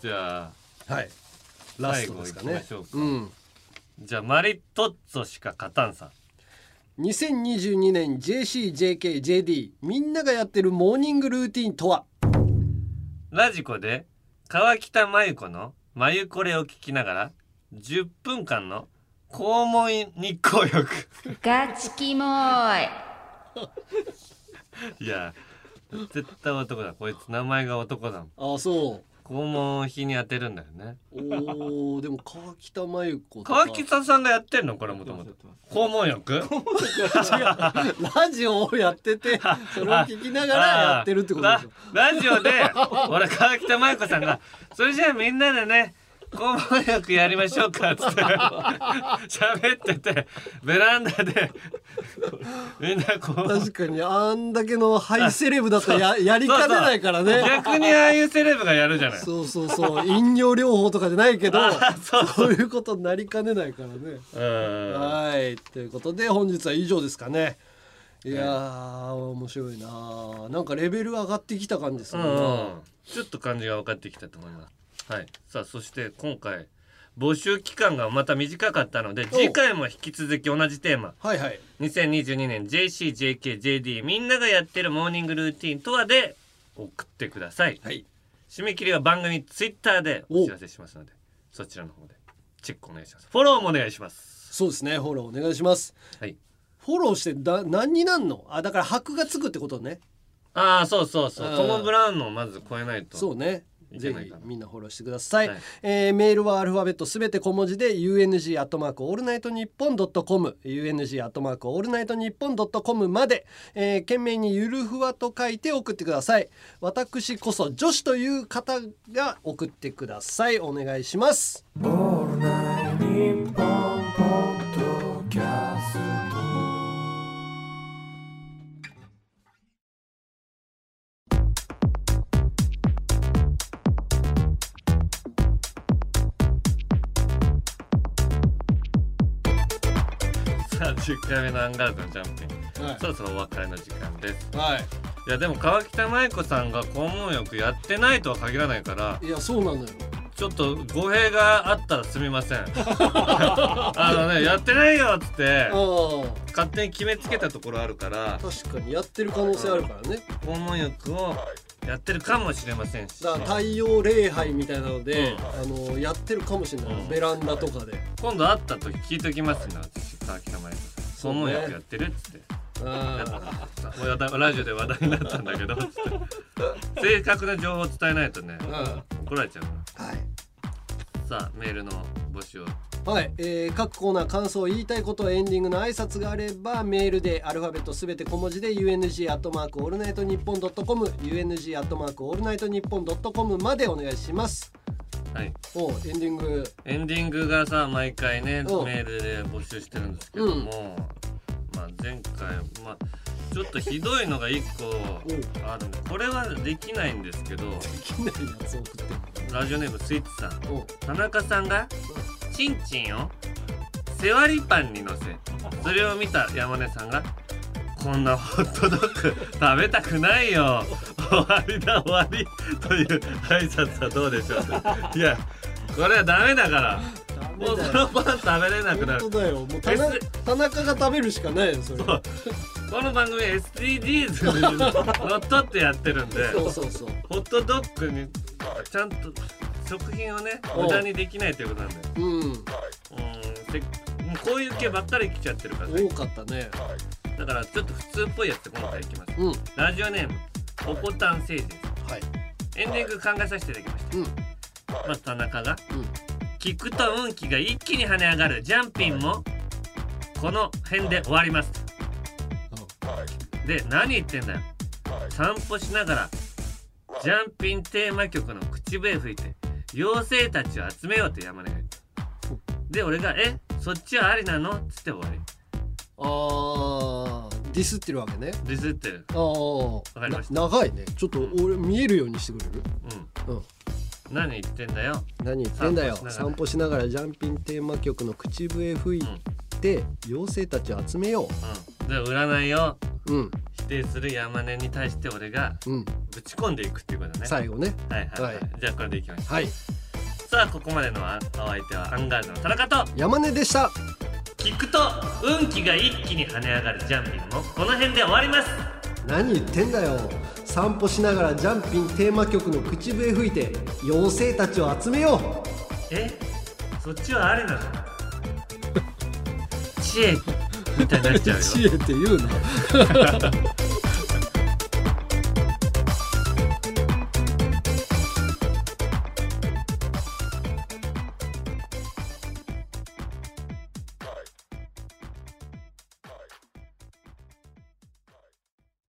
A: ー、じゃ
B: あ、はい、ラストですかね
A: ましょうか。
B: うん
A: じゃあマリトッツォしか勝たんさん。
B: 2022年 JCJKJD みんながやってるモーニングルーティンとは
A: ラジコで川北真由子の「真由これ」を聞きながら10分間の肛門日光浴
O: ガチキモーい
A: いや絶対男だこいつ名前が男だもん
B: あそう
A: 肛門を日に当てるんだよね
B: おーでも川北真由子とか
A: 川北さんがやってんのこれもともと肛門浴
B: ラジオをやっててそれを聞きながらやってるってことでしょ
A: ララジオで俺川北真由子さんが「それじゃあみんなでね肛門浴やりましょうか」っつって喋っててベランダでみんなこう
B: 確かにあんだけのハイセレブだったらややりかねないからね
A: そうそう逆にああいうセレブがやるじゃない
B: そうそうそう飲料療法とかじゃないけど
A: あ
B: そういうことになりかねないからね
A: うん
B: はいということで本日は以上ですかねいやー面白いなーなんかレベル上がってきた感じです
A: う
B: ね、
A: んうんちょっと感じが分かってきたと思います。はい、さあそして今回募集期間がまた短かったので
B: お
A: 次回も引き続き同じテーマ
B: はいはい
A: 2022年 JCJKJD みんながやってるモーニングルーティンとはで送ってください、締め切りは番組ツイッターでお知らせしますのでそちらの方でチェックお願いしますフォローもお願いします
B: そうですねフォローお願いします
A: はい
B: フォローしてだ何になんのあだから箔がつくってことね
A: ああそうそうそう
B: うん
A: トム・ブラウンのをまず超えないと
B: そうね
A: いけ
B: ぜ
A: ない
B: ひ
A: かな
B: みんなフォローしてください、えーメールはアルファベットすべて小文字で UNG アットマークオールナイトニッポンドットコム UNG アットマークオールナイトニッポンドットコムまで、えー、懸命にゆるふわと書いて送ってください私こそ女子という方が送ってくださいお願いします
A: さあ10回目のアンガールズのジャンピング、
B: は い
A: そろそろお別れの時間です、
B: はい
A: いやでも川北麻衣子さんが肛門浴やってないとは限らないから
B: いやそうなのよ
A: ちょっと語弊があったらすみませ んあのねやってないよっつって勝手に決めつけたところあるから
B: 確かにやってる可能性あるからね
A: 訪問浴をやってるかもしれませんし
B: だから太陽礼拝みたいなので、あのやってるかもしれない、ベランダとかで
A: 今度会った時聞いときますね私川北麻衣子さん訪問浴やってるっつって。ああラジオで話題になったんだけど 正確な情報を伝えないとね、怒られちゃうから、はい、さあメールの募集を
B: はい、えー各コーナー感想言いたいことエンディングの挨拶があればメールでアルファベットすべて小文字で UNG アットマークオールナイトニッポンドットコム UNG アットマークオールナイトニッポンドットコムまでお願いします
A: はい
B: おうエンディング
A: エンディングがさ毎回ねメ
B: うん
A: ールで募集してるんですけども、まあ、前回、まあ、ちょっとひどいのが1個あるんでこれはできないんですけどラジオネームスイッチさん田中さんがチンチンをセワリパンにのせそれを見た山根さんがこんなホットドッグ食べたくないよ終わりだ終わりという挨拶はどうでしょういやこれはダメだからもうそのパン食べれなくなる
B: 本当だよもう田中田中が食べるしかないよそれは
A: この番組 SDGs にのっとってやってるんで
B: そうそうそう
A: ホットドッグにちゃんと食品をね
B: うん
A: 無駄にできないということなんで
B: うん
A: うんでもうこういう系ばっかり来ちゃってるからね
B: 多かったね
A: だからちょっと普通っぽいやつ今回いきます、
B: うん
A: ラジオネームおこたんせいじです、
B: はい、
A: エンディング考えさせていただきました、
B: うん
A: まず田中が、聞くと運気が一気に跳ね上がるジャンピンもこの辺で終わります、で何言ってんだよ散歩しながらジャンピンテーマ曲の口笛吹いて妖精たちを集めようと山根が言ったで俺が「えそっちはありなの?」っつって終わり
B: あーディスってるわけね
A: ディスってる
B: ああ
A: かりました
B: 長いねちょっと俺見えるようにしてくれるうん、
A: 何言ってんだよ
B: 何言ってんだよ散
A: 散
B: 歩しながらジャンピンテーマ曲の口笛吹いて、妖精たちを集めよ
A: で占いを
B: う、うん
A: 否定する山根に対して俺が
B: うん、
A: ぶち込んでいくっていうことね
B: 最後ね
A: はいはい、はいじゃあこれでいきましょう
B: はい
A: さあここまでのあお相手はアンガールズの田中と
B: 山根でした
A: 聞くと運気が一気に跳ね上がるジャンピンもこの辺で終わります
B: 何言ってんだよ散歩しながらジャンピンテーマ曲の口笛吹いて妖精たちを集めよう
A: えそっちはあれなの 知恵みたいになっちゃうよ
B: 知恵って言うな